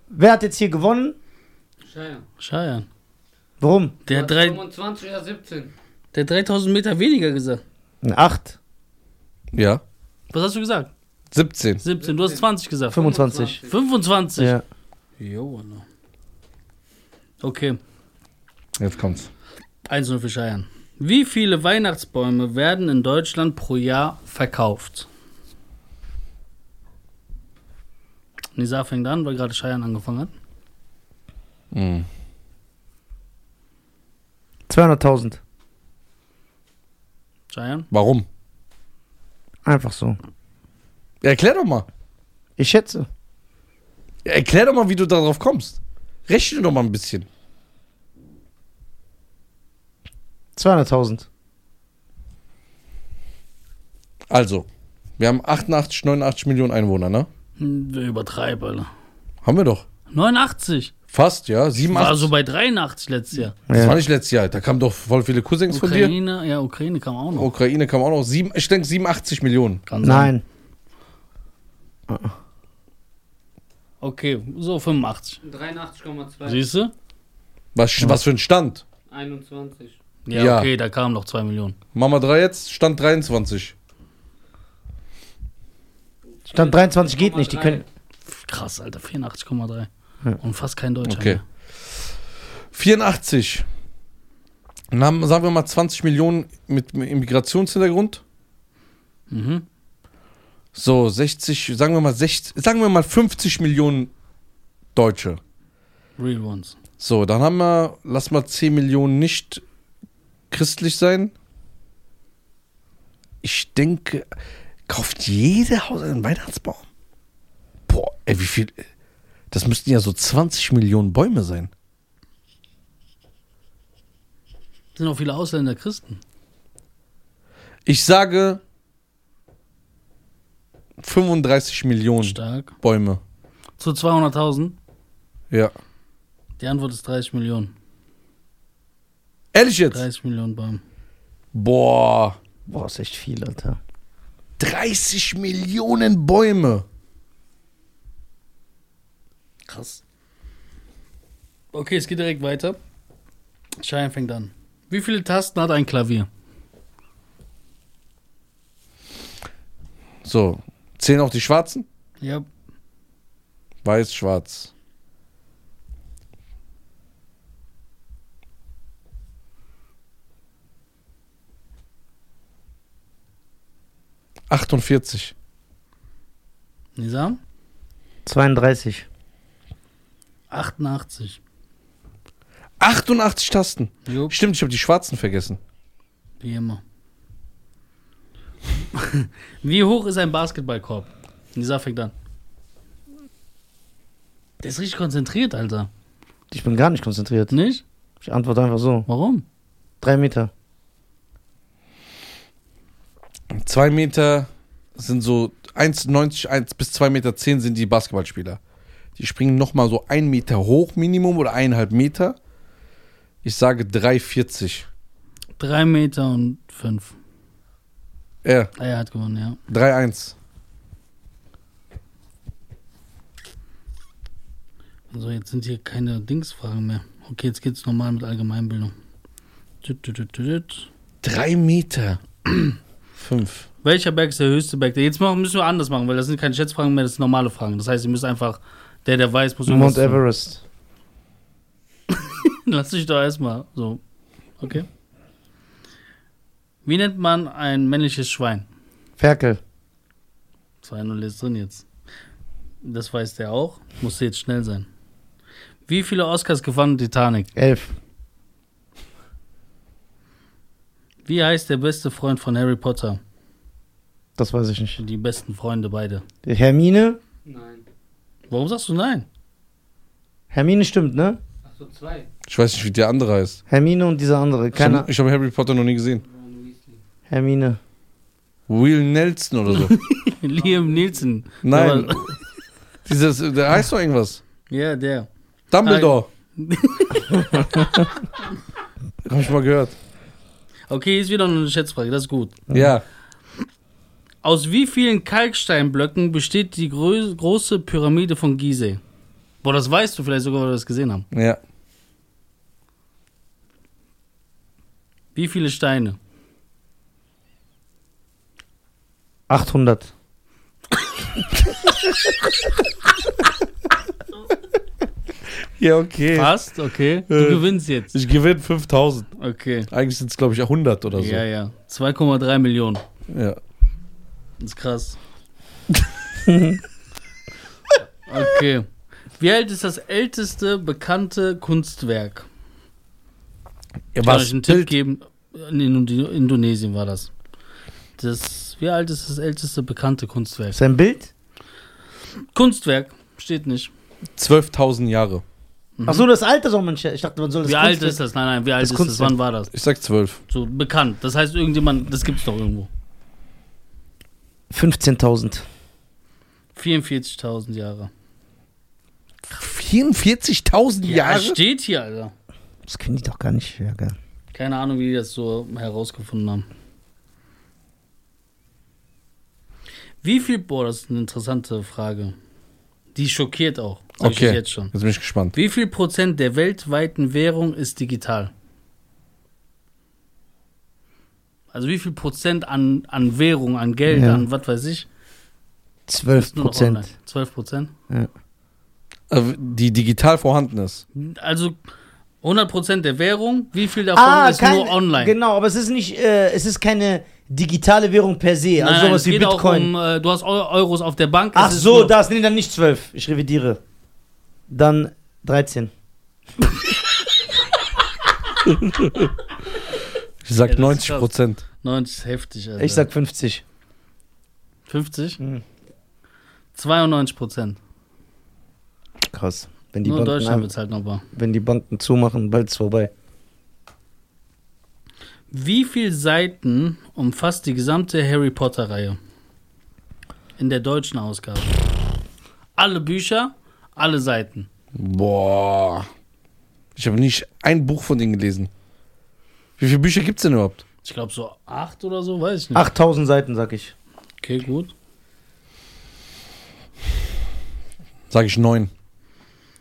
[SPEAKER 1] Wer hat jetzt hier gewonnen?
[SPEAKER 4] Scheiße.
[SPEAKER 3] Scheiern.
[SPEAKER 1] Warum?
[SPEAKER 3] Der hat drei-
[SPEAKER 4] 25 oder 17.
[SPEAKER 3] der hat 3.000 Meter weniger gesagt.
[SPEAKER 1] Ein 8.
[SPEAKER 2] Ja.
[SPEAKER 3] Was hast du gesagt?
[SPEAKER 2] 17.
[SPEAKER 3] 17, du hast 20 gesagt.
[SPEAKER 1] 25.
[SPEAKER 3] 25.
[SPEAKER 1] Ja.
[SPEAKER 3] Jo, Alter. Okay,
[SPEAKER 2] Jetzt kommt's.
[SPEAKER 3] 1-0 für Scheiern. Wie viele Weihnachtsbäume werden in Deutschland pro Jahr verkauft? Nisa fängt an, weil gerade Scheiern angefangen hat.
[SPEAKER 2] Mhm.
[SPEAKER 1] 200.000.
[SPEAKER 3] Scheiern?
[SPEAKER 2] Warum?
[SPEAKER 1] Einfach so.
[SPEAKER 2] Erklär doch mal.
[SPEAKER 1] Ich schätze.
[SPEAKER 2] Erklär doch mal, wie du darauf kommst. Rechne doch mal ein bisschen.
[SPEAKER 1] 200.000.
[SPEAKER 2] Also, wir haben 88, 89 Millionen Einwohner, ne?
[SPEAKER 3] Hm, Wir übertreiben, Alter.
[SPEAKER 2] Haben wir doch.
[SPEAKER 3] 89.
[SPEAKER 2] Fast, ja.
[SPEAKER 3] War
[SPEAKER 2] 87.
[SPEAKER 3] also bei 83 letztes Jahr.
[SPEAKER 2] das war
[SPEAKER 1] Ja.
[SPEAKER 2] nicht letztes Jahr. Da kamen doch voll viele Cousins von dir. Oh,
[SPEAKER 3] Ukraine, ja, Ukraine kam auch noch.
[SPEAKER 2] Ukraine kam auch noch. Sieben, ich denke 87 Millionen.
[SPEAKER 3] Kann sein.
[SPEAKER 1] Nein.
[SPEAKER 3] Okay, so 85.
[SPEAKER 4] 83,2.
[SPEAKER 3] Siehst du?
[SPEAKER 2] Was, was für ein Stand?
[SPEAKER 4] 21.
[SPEAKER 3] Ja,
[SPEAKER 2] Ja.
[SPEAKER 3] okay, da kamen noch 2 Millionen.
[SPEAKER 2] Mama 3 jetzt, Stand 23.
[SPEAKER 1] Stand 23 geht nicht. Die können.
[SPEAKER 3] Krass, Alter, 84,3.
[SPEAKER 1] Ja.
[SPEAKER 3] Und fast kein Deutscher.
[SPEAKER 2] Okay. 84. Dann haben, sagen wir mal 20 Millionen mit Immigrationshintergrund.
[SPEAKER 3] Mehr. Mhm.
[SPEAKER 2] So, 60, sagen wir mal 60, sagen wir mal 50 Millionen Deutsche.
[SPEAKER 3] Real Ones.
[SPEAKER 2] So, dann haben wir, lass mal 10 Millionen nicht christlich sein. Ich denke, Kauft jede Haus einen Weihnachtsbaum? Boah, ey, wie viel. Das müssten ja so 20 Millionen Bäume sein.
[SPEAKER 3] Sind auch viele Ausländer Christen.
[SPEAKER 2] Ich sage 35
[SPEAKER 3] Hm.
[SPEAKER 2] Millionen
[SPEAKER 3] Stark.
[SPEAKER 2] Bäume.
[SPEAKER 3] Zu 200.000.
[SPEAKER 2] Ja.
[SPEAKER 3] Die Antwort ist 30 Millionen.
[SPEAKER 2] Ehrlich jetzt?
[SPEAKER 3] 30 Millionen Baum.
[SPEAKER 2] Boah.
[SPEAKER 1] Boah, ist echt viel, Alter.
[SPEAKER 2] 30 Millionen Bäume.
[SPEAKER 3] Krass. Okay, es geht direkt weiter. Schein fängt an. Wie viele Tasten hat ein Klavier?
[SPEAKER 2] So, zählen auch die Schwarzen?
[SPEAKER 3] Ja.
[SPEAKER 2] Weiß, schwarz. Achtundvierzig.
[SPEAKER 3] Nisa?
[SPEAKER 1] 32.
[SPEAKER 3] 88.
[SPEAKER 2] 88 Tasten.
[SPEAKER 3] Jupp,
[SPEAKER 2] Stimmt, ich habe die schwarzen vergessen.
[SPEAKER 3] wie immer. wie hoch ist ein Basketballkorb? Nisa fängt an. Der ist richtig konzentriert, Alter.
[SPEAKER 1] Ich bin gar nicht konzentriert.
[SPEAKER 3] Nicht?
[SPEAKER 1] Ich antworte einfach so.
[SPEAKER 3] Warum?
[SPEAKER 1] Drei Meter.
[SPEAKER 2] Zwei Meter sind so 1,90 1 bis 2,10 Meter zehn sind die Basketballspieler. Die springen nochmal so ein Meter hoch Minimum oder eineinhalb Meter. Ich sage 3,40.
[SPEAKER 3] 3 Meter und 5.
[SPEAKER 2] Äh,
[SPEAKER 3] Ah, er hat gewonnen, ja.
[SPEAKER 2] 3,1.
[SPEAKER 3] So, Also jetzt sind hier keine Dingsfragen mehr. Okay, jetzt geht's normal mit Allgemeinbildung. Tüt, tüt, tüt, tüt, tüt.
[SPEAKER 2] Drei Meter. Fünf.
[SPEAKER 3] Welcher Berg ist der höchste Berg? Jetzt machen- müssen wir anders machen, weil das sind keine Schätzfragen mehr, das sind normale Fragen. Das heißt, ihr müsst einfach, der, der weiß, muss
[SPEAKER 1] Mount
[SPEAKER 3] irgendwas-
[SPEAKER 1] Everest.
[SPEAKER 3] Lass dich doch erstmal so. Okay. Wie nennt man ein männliches Schwein?
[SPEAKER 1] Ferkel.
[SPEAKER 3] 2-0 ist drin jetzt. Das weiß der auch. Muss jetzt schnell sein. Wie viele Oscars gewann Titanic?
[SPEAKER 1] Elf.
[SPEAKER 3] Wie heißt der beste Freund von Harry Potter?
[SPEAKER 1] Das weiß ich nicht.
[SPEAKER 3] Die besten Freunde beide.
[SPEAKER 1] Die Hermine.
[SPEAKER 4] Nein.
[SPEAKER 3] Warum sagst du nein?
[SPEAKER 1] Hermine stimmt, ne?
[SPEAKER 4] Achso, zwei.
[SPEAKER 2] Ich weiß nicht, wie der andere heißt.
[SPEAKER 1] Hermine und dieser andere.
[SPEAKER 2] Ich hab-
[SPEAKER 1] Keine
[SPEAKER 2] Ich habe Harry Potter noch nie gesehen.
[SPEAKER 4] Ron Weasley.
[SPEAKER 1] Hermine.
[SPEAKER 2] Will Nelson oder so.
[SPEAKER 3] Liam Nielsen.
[SPEAKER 2] Nein. Dieses, der heißt doch irgendwas.
[SPEAKER 3] Ja, der.
[SPEAKER 2] Dumbledore. Hab ich mal gehört.
[SPEAKER 3] Okay, ist wieder noch eine Schätzfrage, das ist gut.
[SPEAKER 2] Ja.
[SPEAKER 3] Aus wie vielen Kalksteinblöcken besteht die grö große Pyramide von Gizeh? Boah, das weißt du vielleicht sogar, weil wir das gesehen haben.
[SPEAKER 2] Ja.
[SPEAKER 3] Wie viele Steine?
[SPEAKER 1] 800.
[SPEAKER 2] Ja, okay.
[SPEAKER 3] Fast, okay. Du
[SPEAKER 2] Äh.
[SPEAKER 3] gewinnst jetzt.
[SPEAKER 2] Ich gewinne 5000.
[SPEAKER 3] Okay.
[SPEAKER 2] Eigentlich sind es, glaube ich, 100 oder so.
[SPEAKER 3] Ja, ja. 2,3 Millionen.
[SPEAKER 2] Ja.
[SPEAKER 3] Das ist krass. okay. Wie alt ist das älteste bekannte Kunstwerk?
[SPEAKER 2] Ja,
[SPEAKER 3] Kann
[SPEAKER 2] was?
[SPEAKER 3] ich einen Tipp geben? In Indo- Indonesien war das. das. Wie alt ist das älteste bekannte Kunstwerk?
[SPEAKER 1] Sein Bild?
[SPEAKER 3] Kunstwerk steht nicht.
[SPEAKER 2] 12.000 Jahre.
[SPEAKER 1] Ach so, das Alter soll man. sche- Ich dachte, man soll das.
[SPEAKER 3] Mhm. wie alt
[SPEAKER 1] Kunstwerk-
[SPEAKER 3] ist das? Nein, nein, wie alt
[SPEAKER 1] Das
[SPEAKER 3] ist das?
[SPEAKER 1] Kunstwerk.
[SPEAKER 3] Wann war das?
[SPEAKER 2] Ich sag 12.
[SPEAKER 3] So bekannt. Das heißt, irgendjemand, das gibt's doch irgendwo.
[SPEAKER 1] 15.000.
[SPEAKER 3] 44.000 Jahre.
[SPEAKER 2] 44.000
[SPEAKER 3] Ja,
[SPEAKER 2] Jahre?
[SPEAKER 3] steht hier, Alter.
[SPEAKER 1] Das können die doch gar nicht. Ja, geil.
[SPEAKER 3] Keine Ahnung, wie die das so herausgefunden haben. Wie viel, boah, das ist eine interessante Frage. Die schockiert auch. Sag ich euch
[SPEAKER 2] Okay.
[SPEAKER 3] jetzt schon.
[SPEAKER 2] Jetzt bin ich gespannt.
[SPEAKER 3] Wie viel Prozent der weltweiten Währung ist digital? Also wie viel Prozent an, an Währung, an Geld,
[SPEAKER 1] Ja.
[SPEAKER 3] an was weiß ich?
[SPEAKER 1] 12
[SPEAKER 3] ist nur noch online.
[SPEAKER 1] Prozent.
[SPEAKER 3] 12 Prozent?
[SPEAKER 2] Äh, Die digital vorhanden ist.
[SPEAKER 3] Also 100 Prozent der Währung, wie viel davon
[SPEAKER 1] Ah,
[SPEAKER 3] ist
[SPEAKER 1] kein,
[SPEAKER 3] nur online?
[SPEAKER 1] Genau, aber es ist nicht. Äh, es ist keine digitale Währung per se. Also sowas
[SPEAKER 3] es
[SPEAKER 1] wie
[SPEAKER 3] geht auch
[SPEAKER 1] Bitcoin.
[SPEAKER 3] um, äh, du hast Eu- Euros auf der Bank. es
[SPEAKER 1] Ach
[SPEAKER 3] ist
[SPEAKER 1] so,
[SPEAKER 3] nur-
[SPEAKER 1] das. Nee, dann nicht 12. Ich revidiere. Dann 13.
[SPEAKER 2] Ich sag
[SPEAKER 3] Ja, das ist
[SPEAKER 2] 90
[SPEAKER 3] krass.
[SPEAKER 2] Prozent.
[SPEAKER 3] 90 ist heftig. Alter.
[SPEAKER 1] Ich sag 50.
[SPEAKER 3] 50?
[SPEAKER 1] Mhm.
[SPEAKER 3] 92 Prozent.
[SPEAKER 1] Krass. Wenn die,
[SPEAKER 3] Nur
[SPEAKER 1] Banken,
[SPEAKER 3] Deutschland
[SPEAKER 1] ein-
[SPEAKER 3] bezahlt noch war.
[SPEAKER 1] wenn die Banken zumachen, bald ist vorbei.
[SPEAKER 3] Wie viele Seiten umfasst die gesamte Harry Potter-Reihe? In der deutschen Ausgabe. Alle Bücher, alle Seiten.
[SPEAKER 2] Boah. Ich habe nicht ein Buch von denen gelesen. Wie viele Bücher gibt's denn überhaupt?
[SPEAKER 3] Ich glaube so acht oder so, weiß ich nicht.
[SPEAKER 1] 8000 Seiten, sag ich.
[SPEAKER 3] Okay, gut.
[SPEAKER 2] Sag ich neun.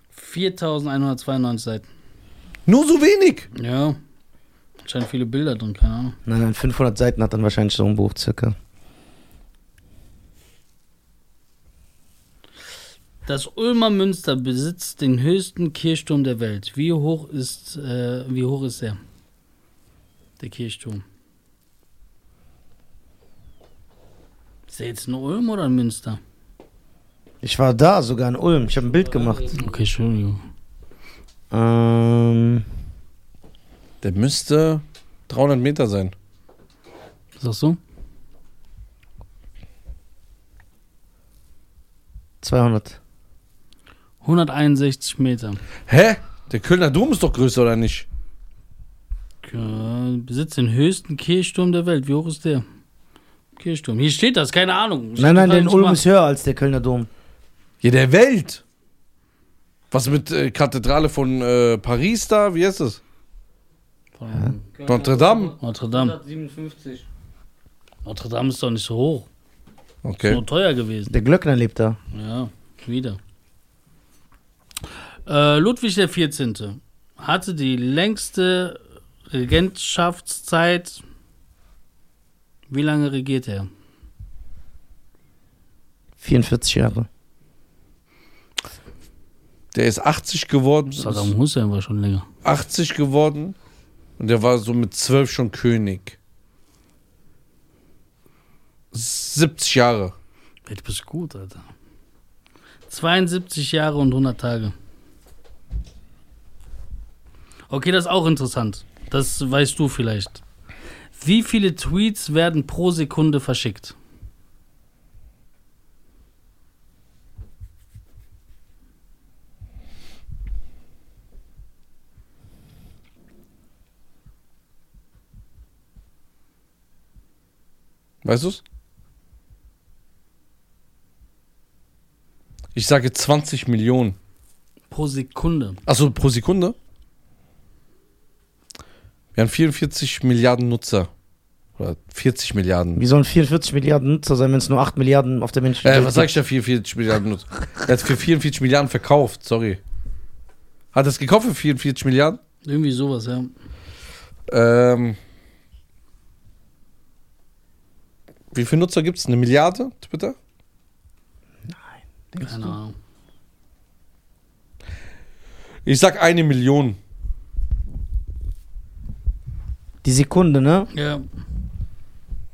[SPEAKER 3] 4192 Seiten.
[SPEAKER 2] Nur so wenig?
[SPEAKER 3] Ja. Scheinen viele Bilder drin, keine Ahnung.
[SPEAKER 1] Nein, nein, 500 Seiten hat dann wahrscheinlich so ein Buch circa.
[SPEAKER 3] Das Ulmer Münster besitzt den höchsten Kirchturm der Welt. Wie hoch ist, äh, wie hoch ist er? Der Kirchturm. Ist er jetzt in Ulm oder in Münster?
[SPEAKER 1] Ich war da sogar in Ulm. Ich habe ein Bild gemacht.
[SPEAKER 3] Okay, Entschuldigung.
[SPEAKER 1] Ähm,
[SPEAKER 2] Der müsste 300 Meter sein.
[SPEAKER 3] Was sagst du?
[SPEAKER 1] 200.
[SPEAKER 3] 161 Meter.
[SPEAKER 2] Hä? Der Kölner Dom ist doch größer, oder nicht?
[SPEAKER 3] Äh, Besitzt den höchsten Kirchturm der Welt. Wie hoch ist der? Kirchturm. Hier steht das, keine Ahnung.
[SPEAKER 1] Nein, nein, der in
[SPEAKER 3] Ich
[SPEAKER 1] Ulm
[SPEAKER 3] mach-
[SPEAKER 1] ist höher als der Kölner Dom.
[SPEAKER 2] Ja, der Welt. Was mit äh, Kathedrale von äh, Paris da? Wie heißt das?
[SPEAKER 3] Von
[SPEAKER 2] Notre Dame.
[SPEAKER 3] Notre Dame.
[SPEAKER 4] 157.
[SPEAKER 3] Notre Dame ist doch nicht so hoch. Ist
[SPEAKER 2] Okay.
[SPEAKER 3] nur teuer gewesen.
[SPEAKER 1] Der Glöckner lebt da.
[SPEAKER 3] Ja, wieder. Äh, Ludwig der 14. hatte die längste Regentschaftszeit. Wie lange regiert er?
[SPEAKER 1] 44 Jahre.
[SPEAKER 2] Der ist halt 80 geworden.
[SPEAKER 3] Saddam Hussein war schon länger.
[SPEAKER 2] 80 geworden. Und der war so mit 12 schon König. 70 Jahre.
[SPEAKER 3] Ey, Du bist gut, Alter. 72 Jahre und 100 Tage. Okay, das ist auch interessant. Das weißt du vielleicht. Wie viele Tweets werden pro Sekunde verschickt?
[SPEAKER 2] Weißt du's? Ich sage 20 Millionen.
[SPEAKER 3] Pro Sekunde.
[SPEAKER 2] Achso, pro Sekunde? Wir haben 44 Milliarden Nutzer. Oder 40 Milliarden.
[SPEAKER 1] Wie sollen 44 Milliarden Nutzer sein, wenn es nur 8 Milliarden auf der Menschheit
[SPEAKER 2] Äh, was sag ich da 44 Milliarden Nutzer? Er hat für 44 Milliarden verkauft, sorry. Hat er es gekauft für 44 Milliarden?
[SPEAKER 3] Irgendwie sowas, ja.
[SPEAKER 2] Ähm. Wie viele Nutzer gibt's? Eine Milliarde, Twitter?
[SPEAKER 3] Keine Ahnung.
[SPEAKER 2] Ich sag eine Million.
[SPEAKER 1] Die Sekunde, ne?
[SPEAKER 3] Ja,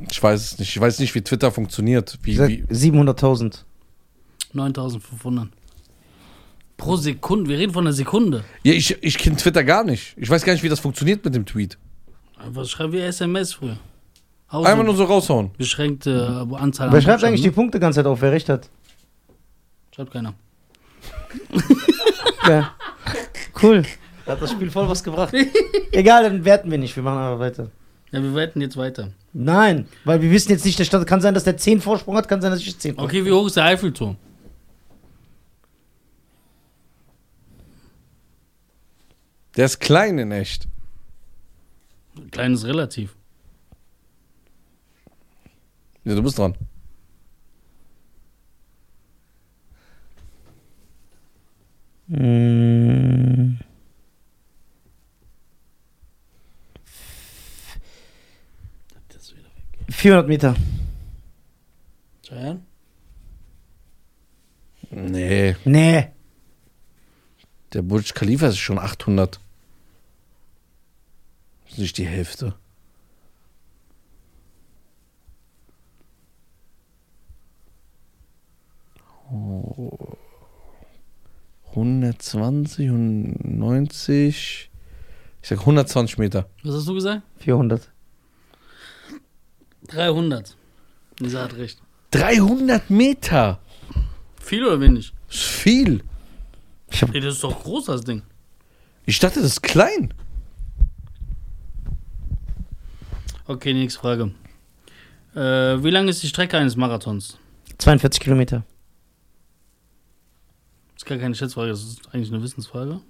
[SPEAKER 2] Ich weiß es nicht. Ich weiß nicht, wie Twitter funktioniert.
[SPEAKER 1] Ich
[SPEAKER 2] Wie,
[SPEAKER 1] sag
[SPEAKER 2] wie,
[SPEAKER 1] 700.000.
[SPEAKER 3] 9500. Pro Sekunde. Wir reden von einer Sekunde.
[SPEAKER 2] ja, ich, ich kenne Twitter gar nicht. Ich weiß gar nicht, wie das funktioniert mit dem Tweet.
[SPEAKER 3] Was schreiben wir SMS früher? Auch so
[SPEAKER 2] Einmal nur so raushauen.
[SPEAKER 3] Beschränkte äh, Anzahl
[SPEAKER 1] Wer schreibt
[SPEAKER 3] Buchstaben,
[SPEAKER 1] eigentlich die
[SPEAKER 3] ne?
[SPEAKER 1] Punkte ganze Zeit auf? Wer recht hat?
[SPEAKER 3] Schreibt keiner.
[SPEAKER 1] Ja. Cool. Da hat das Spiel voll was gebracht. Egal, dann werten wir nicht. Wir machen einfach weiter.
[SPEAKER 3] Ja, wir wetten jetzt weiter.
[SPEAKER 1] Nein, weil wir wissen jetzt nicht, der Stadt kann sein, dass der 10 Vorsprung hat, kann sein, dass ich 10 Vorsprung
[SPEAKER 3] Okay, wie hoch ist der Eiffelturm?
[SPEAKER 2] Der ist klein in echt.
[SPEAKER 3] Kleines relativ.
[SPEAKER 2] Ja, du bist dran.
[SPEAKER 1] Mm. 400 Meter.
[SPEAKER 3] Cheyenne?
[SPEAKER 2] Nee.
[SPEAKER 1] Nee.
[SPEAKER 2] Der Burj Khalifa ist schon 800. Das ist nicht die Hälfte. Oh. 120, 190. Ich sag 120 Meter.
[SPEAKER 3] Was hast du gesagt?
[SPEAKER 1] 400.
[SPEAKER 3] 300. Nisa hat recht.
[SPEAKER 2] 300 Meter.
[SPEAKER 3] Viel oder wenig?
[SPEAKER 2] Ist viel. Ich, hab,
[SPEAKER 3] Ey, das ist doch groß, das Ding.
[SPEAKER 2] ich dachte, das ist klein.
[SPEAKER 3] Okay, nächste Frage. Äh, wie lang ist die Strecke eines Marathons?
[SPEAKER 1] 42 Kilometer.
[SPEAKER 3] Das ist gar keine Schätzfrage, das ist eigentlich eine Wissensfrage.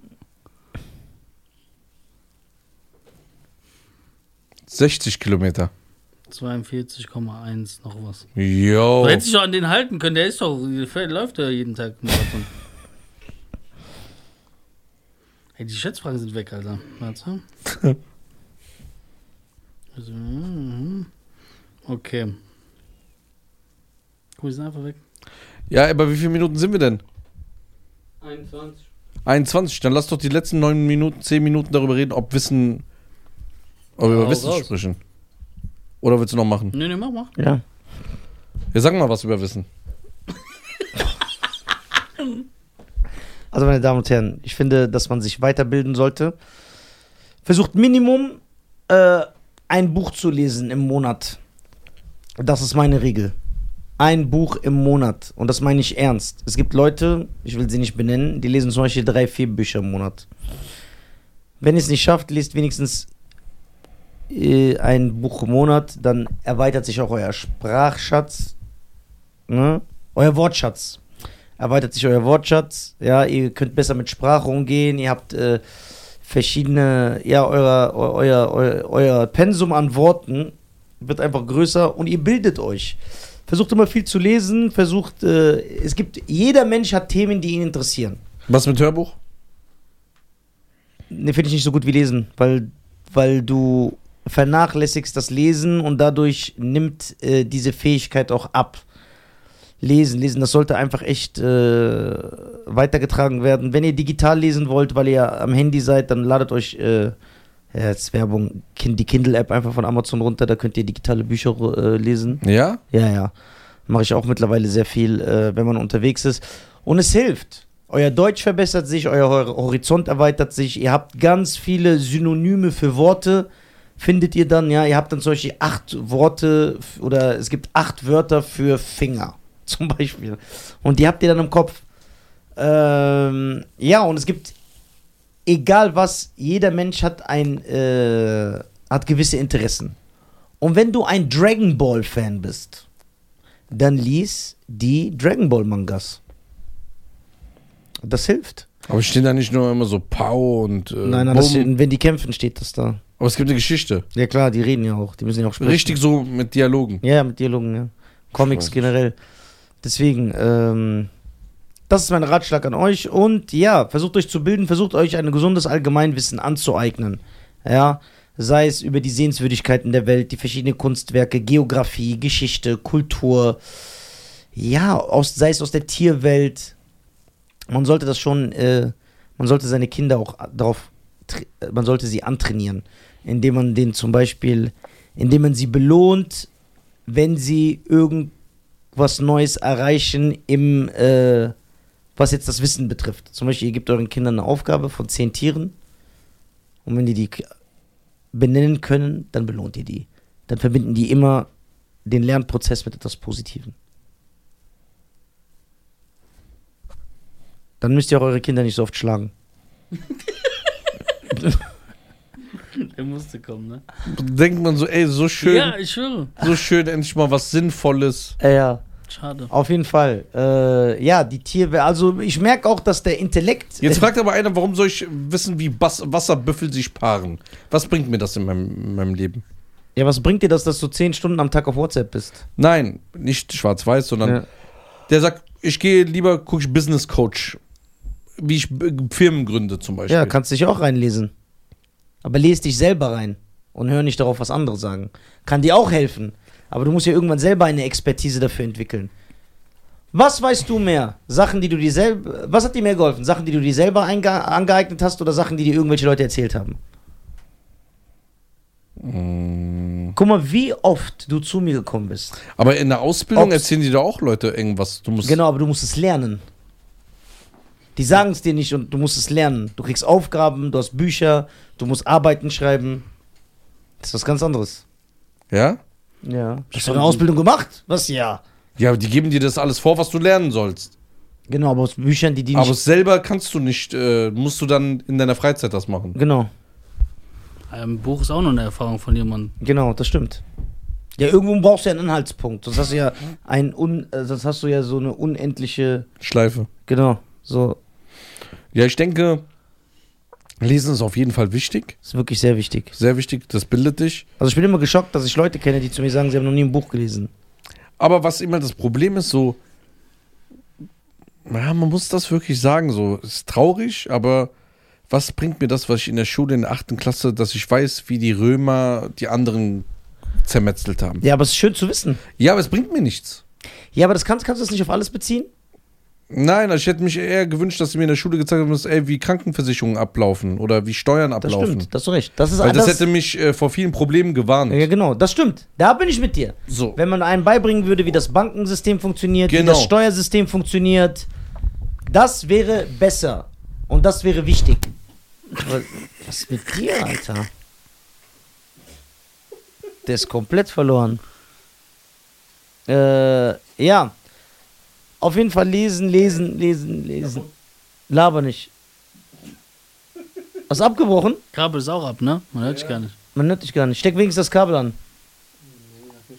[SPEAKER 2] 60 Kilometer.
[SPEAKER 3] 42,1 noch was.
[SPEAKER 2] Yo.
[SPEAKER 3] Du hättest dich doch an den halten können, der ist doch, der läuft ja jeden Tag Marathon. Ey, die Schätzfragen sind weg, Alter. Warte. Also, mhm. Okay. Cool, die sind einfach weg.
[SPEAKER 2] Ja, aber wie viele Minuten sind wir denn?
[SPEAKER 4] 21.
[SPEAKER 2] 21. Dann lass doch die letzten 9 Minuten, 10 Minuten darüber reden, ob Wissen. Ob wir über
[SPEAKER 3] Hau
[SPEAKER 2] Wissen
[SPEAKER 3] raus.
[SPEAKER 2] sprechen. Oder willst du noch machen?
[SPEAKER 3] Nee, nee, mach, mach.
[SPEAKER 1] Ja.
[SPEAKER 2] Wir sagen mal was über Wissen.
[SPEAKER 1] Also, meine Damen und Herren, ich finde, dass man sich weiterbilden sollte. Versucht Minimum äh, ein Buch zu lesen im Monat. Das ist meine Regel. Ein Buch im Monat. Und das meine ich ernst. Es gibt Leute, ich will sie nicht benennen, die lesen zum Beispiel drei, vier Bücher im Monat. Wenn ihr es nicht schafft, lest wenigstens äh, ein Buch im Monat, dann erweitert sich auch euer Sprachschatz, ne? euer Wortschatz erweitert sich euer Wortschatz. Ja, ihr könnt besser mit Sprache umgehen. Ihr habt äh, verschiedene, ja, euer, eu- euer, euer, euer Pensum an Worten wird einfach größer und ihr bildet euch. Versucht immer viel zu lesen, versucht, äh, es gibt, jeder Mensch hat Themen, die ihn interessieren.
[SPEAKER 2] Was mit Hörbuch?
[SPEAKER 1] Ne, finde ich nicht so gut wie Lesen, weil, weil du vernachlässigst das Lesen und dadurch nimmt äh, diese Fähigkeit auch ab. Lesen, lesen, das sollte einfach echt äh, weitergetragen werden. Wenn ihr digital lesen wollt, weil ihr am Handy seid, dann ladet euch äh, ja, jetzt Werbung, Kin- die Kindle-App einfach von Amazon runter, da könnt ihr digitale Bücher äh, lesen.
[SPEAKER 2] Ja?
[SPEAKER 1] Ja, ja. Mache ich auch mittlerweile sehr viel, äh, wenn man unterwegs ist. Und es hilft. Euer Deutsch verbessert sich, euer Hor- Horizont erweitert sich. Ihr habt ganz viele Synonyme für Worte. Findet ihr dann, ja, ihr habt dann solche acht Worte f- oder es gibt acht Wörter für Finger zum Beispiel. Und die habt ihr dann im Kopf. Ähm, ja, und es gibt, egal was, jeder Mensch hat ein, äh, hat gewisse Interessen. Und wenn du ein Dragon Ball Fan bist, dann lies die Dragon Ball Mangas. Das hilft.
[SPEAKER 2] Aber stehen da nicht nur immer so Pau und. Äh,
[SPEAKER 1] nein, nein,
[SPEAKER 2] Bum?
[SPEAKER 1] das, wenn die kämpfen, steht das da.
[SPEAKER 2] Aber es gibt eine Geschichte.
[SPEAKER 1] Ja klar, die reden ja auch, die müssen ja auch sprechen.
[SPEAKER 2] Richtig so mit Dialogen.
[SPEAKER 1] Ja, ja, mit Dialogen, ja. Comics
[SPEAKER 2] Spaß.
[SPEAKER 1] generell. Deswegen, ähm, das ist mein Ratschlag an euch. Und ja, versucht euch zu bilden, versucht euch ein gesundes Allgemeinwissen anzueignen. Ja, sei es über die Sehenswürdigkeiten der Welt, die verschiedenen Kunstwerke, Geografie, Geschichte, Kultur. Ja, aus, sei es aus der Tierwelt. Man sollte das schon, äh, man sollte seine Kinder auch darauf, tr- man sollte sie antrainieren, indem man denen zum Beispiel, indem man sie belohnt, wenn sie irgendwas Neues erreichen im, äh, was jetzt das Wissen betrifft. Zum Beispiel, ihr gebt euren Kindern eine Aufgabe von zehn Tieren und wenn die die k- benennen können, dann belohnt ihr die. Dann verbinden die immer den Lernprozess mit etwas Positivem. Dann müsst ihr auch eure Kinder nicht so oft schlagen.
[SPEAKER 3] Der musste kommen, ne?
[SPEAKER 2] Denkt man so, ey, so schön,
[SPEAKER 3] Ja, ich schwöre.
[SPEAKER 2] so schön, endlich mal was Sinnvolles.
[SPEAKER 1] Äh, ja.
[SPEAKER 3] Schade.
[SPEAKER 1] Auf jeden Fall. Äh, ja, die Tierwelt. Also ich merke auch, dass der Intellekt.
[SPEAKER 2] Jetzt fragt aber einer, warum soll ich wissen, wie Bas Wasserbüffel sich paaren? Was bringt mir das in meinem, in meinem Leben?
[SPEAKER 1] Ja, was bringt dir das, dass du zehn Stunden am Tag auf WhatsApp bist?
[SPEAKER 2] Nein, nicht schwarz-weiß, sondern
[SPEAKER 1] Ja.
[SPEAKER 2] der sagt, ich gehe lieber, gucke ich Business Coach. Wie ich B- Firmen gründe zum Beispiel.
[SPEAKER 1] Ja, kannst dich auch reinlesen. Aber lese dich selber rein und hör nicht darauf, was andere sagen. Kann dir auch helfen. Aber du musst ja irgendwann selber eine Expertise dafür entwickeln. Was weißt du mehr? Sachen, die du dir selber. Was hat dir mehr geholfen? Sachen, die du dir selber einge angeeignet hast oder Sachen, die dir irgendwelche Leute erzählt haben? Guck mal, wie oft du zu mir gekommen bist.
[SPEAKER 2] Mm. Aber in der Ausbildung
[SPEAKER 1] Ob's-
[SPEAKER 2] erzählen die da auch Leute irgendwas. Du musst
[SPEAKER 1] Genau, aber du musst es lernen. Die sagen es dir nicht und du musst es lernen. Du kriegst Aufgaben, du hast Bücher, du musst Arbeiten schreiben. Das ist was ganz anderes.
[SPEAKER 2] Ja?
[SPEAKER 1] Ja. Hast du
[SPEAKER 3] Stimmt.
[SPEAKER 1] eine Ausbildung gemacht? Was ja?
[SPEAKER 2] Ja, aber die geben dir das alles vor, was du lernen sollst.
[SPEAKER 1] Genau, aber aus Büchern, die die
[SPEAKER 2] aber
[SPEAKER 1] nicht.
[SPEAKER 2] es selber kannst du nicht, äh, musst du dann in deiner Freizeit das machen.
[SPEAKER 1] Genau,
[SPEAKER 3] Ein Buch Ähm, ist auch nur eine Erfahrung von jemandem.
[SPEAKER 1] genau, das stimmt. Ja, irgendwo brauchst du ja einen Inhaltspunkt. Sonst hast du ja ein un, äh, sonst hast du ja so eine unendliche,
[SPEAKER 2] Schleife.
[SPEAKER 1] genau, so
[SPEAKER 2] Ja, ich denke, Lesen ist auf jeden Fall wichtig.
[SPEAKER 1] ist wirklich sehr wichtig.
[SPEAKER 2] Sehr wichtig, das bildet dich.
[SPEAKER 1] Also ich bin immer geschockt, dass ich Leute kenne, die zu mir sagen, sie haben noch nie ein Buch gelesen.
[SPEAKER 2] Aber was immer das Problem ist, so, ja, man muss das wirklich sagen, so, ist traurig, aber was bringt mir das, was ich in der Schule in der achten Klasse, dass ich weiß, wie die Römer die anderen zermetzelt haben?
[SPEAKER 1] Ja, aber es ist schön zu wissen.
[SPEAKER 2] Ja, aber es bringt mir nichts.
[SPEAKER 1] Ja, aber das kannst, kannst du das nicht auf alles beziehen?
[SPEAKER 2] Nein, also ich hätte mich eher gewünscht, dass sie mir in der Schule gezeigt haben, dass, ey, wie Krankenversicherungen ablaufen oder wie Steuern
[SPEAKER 1] Das
[SPEAKER 2] ablaufen.
[SPEAKER 1] stimmt, das hast du recht. Das ist
[SPEAKER 2] Weil das,
[SPEAKER 1] das-
[SPEAKER 2] hätte mich äh, vor vielen Problemen gewarnt.
[SPEAKER 1] Ja, genau, das stimmt. Da bin ich mit dir.
[SPEAKER 2] So.
[SPEAKER 1] Wenn man einem beibringen würde, wie das Bankensystem funktioniert, wie
[SPEAKER 2] Genau.
[SPEAKER 1] das Steuersystem funktioniert, das wäre besser. Und das wäre wichtig. Aber was ist mit dir, Alter? Der ist komplett verloren. Äh, ja. Auf jeden Fall lesen, lesen, lesen, lesen. Laber nicht. Hast du abgebrochen?
[SPEAKER 3] Kabel ist auch ab, ne? Man hört sich gar nicht.
[SPEAKER 1] Man hört dich gar nicht. Steck wenigstens das Kabel an.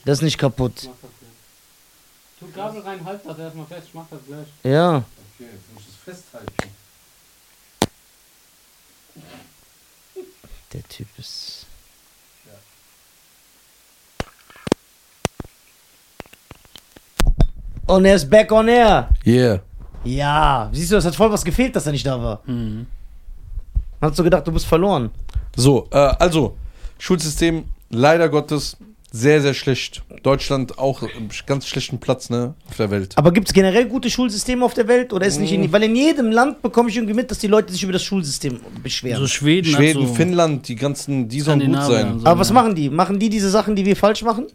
[SPEAKER 1] Das ist nicht kaputt.
[SPEAKER 4] Mach das gleich. Tu Kabel rein, halt das erstmal fest, ich mach das gleich.
[SPEAKER 1] Ja.
[SPEAKER 2] Okay, jetzt muss ich das festhalten.
[SPEAKER 1] Der Typ ist. Und er ist back on air.
[SPEAKER 2] Yeah.
[SPEAKER 1] Ja. Siehst du, es hat voll was gefehlt, dass er nicht da war.
[SPEAKER 3] Mhm.
[SPEAKER 1] Man hat so gedacht, du bist verloren.
[SPEAKER 2] So, äh, also, Schulsystem leider Gottes sehr, sehr schlecht. Deutschland auch im sch- ganz schlechten Platz, ne, auf der Welt.
[SPEAKER 1] Aber gibt es generell gute Schulsysteme auf der Welt? Oder ist nicht
[SPEAKER 3] Mhm.
[SPEAKER 1] in, Weil in jedem Land bekomme ich irgendwie mit, dass die Leute sich über das Schulsystem beschweren.
[SPEAKER 3] So Schweden, hat
[SPEAKER 2] Schweden,
[SPEAKER 3] so
[SPEAKER 2] Finnland, die ganzen, die sollen gut
[SPEAKER 3] Skandinavier und
[SPEAKER 2] sein.
[SPEAKER 3] so,
[SPEAKER 1] Aber was
[SPEAKER 3] ja.
[SPEAKER 1] machen die? Machen die diese Sachen, die wir falsch machen?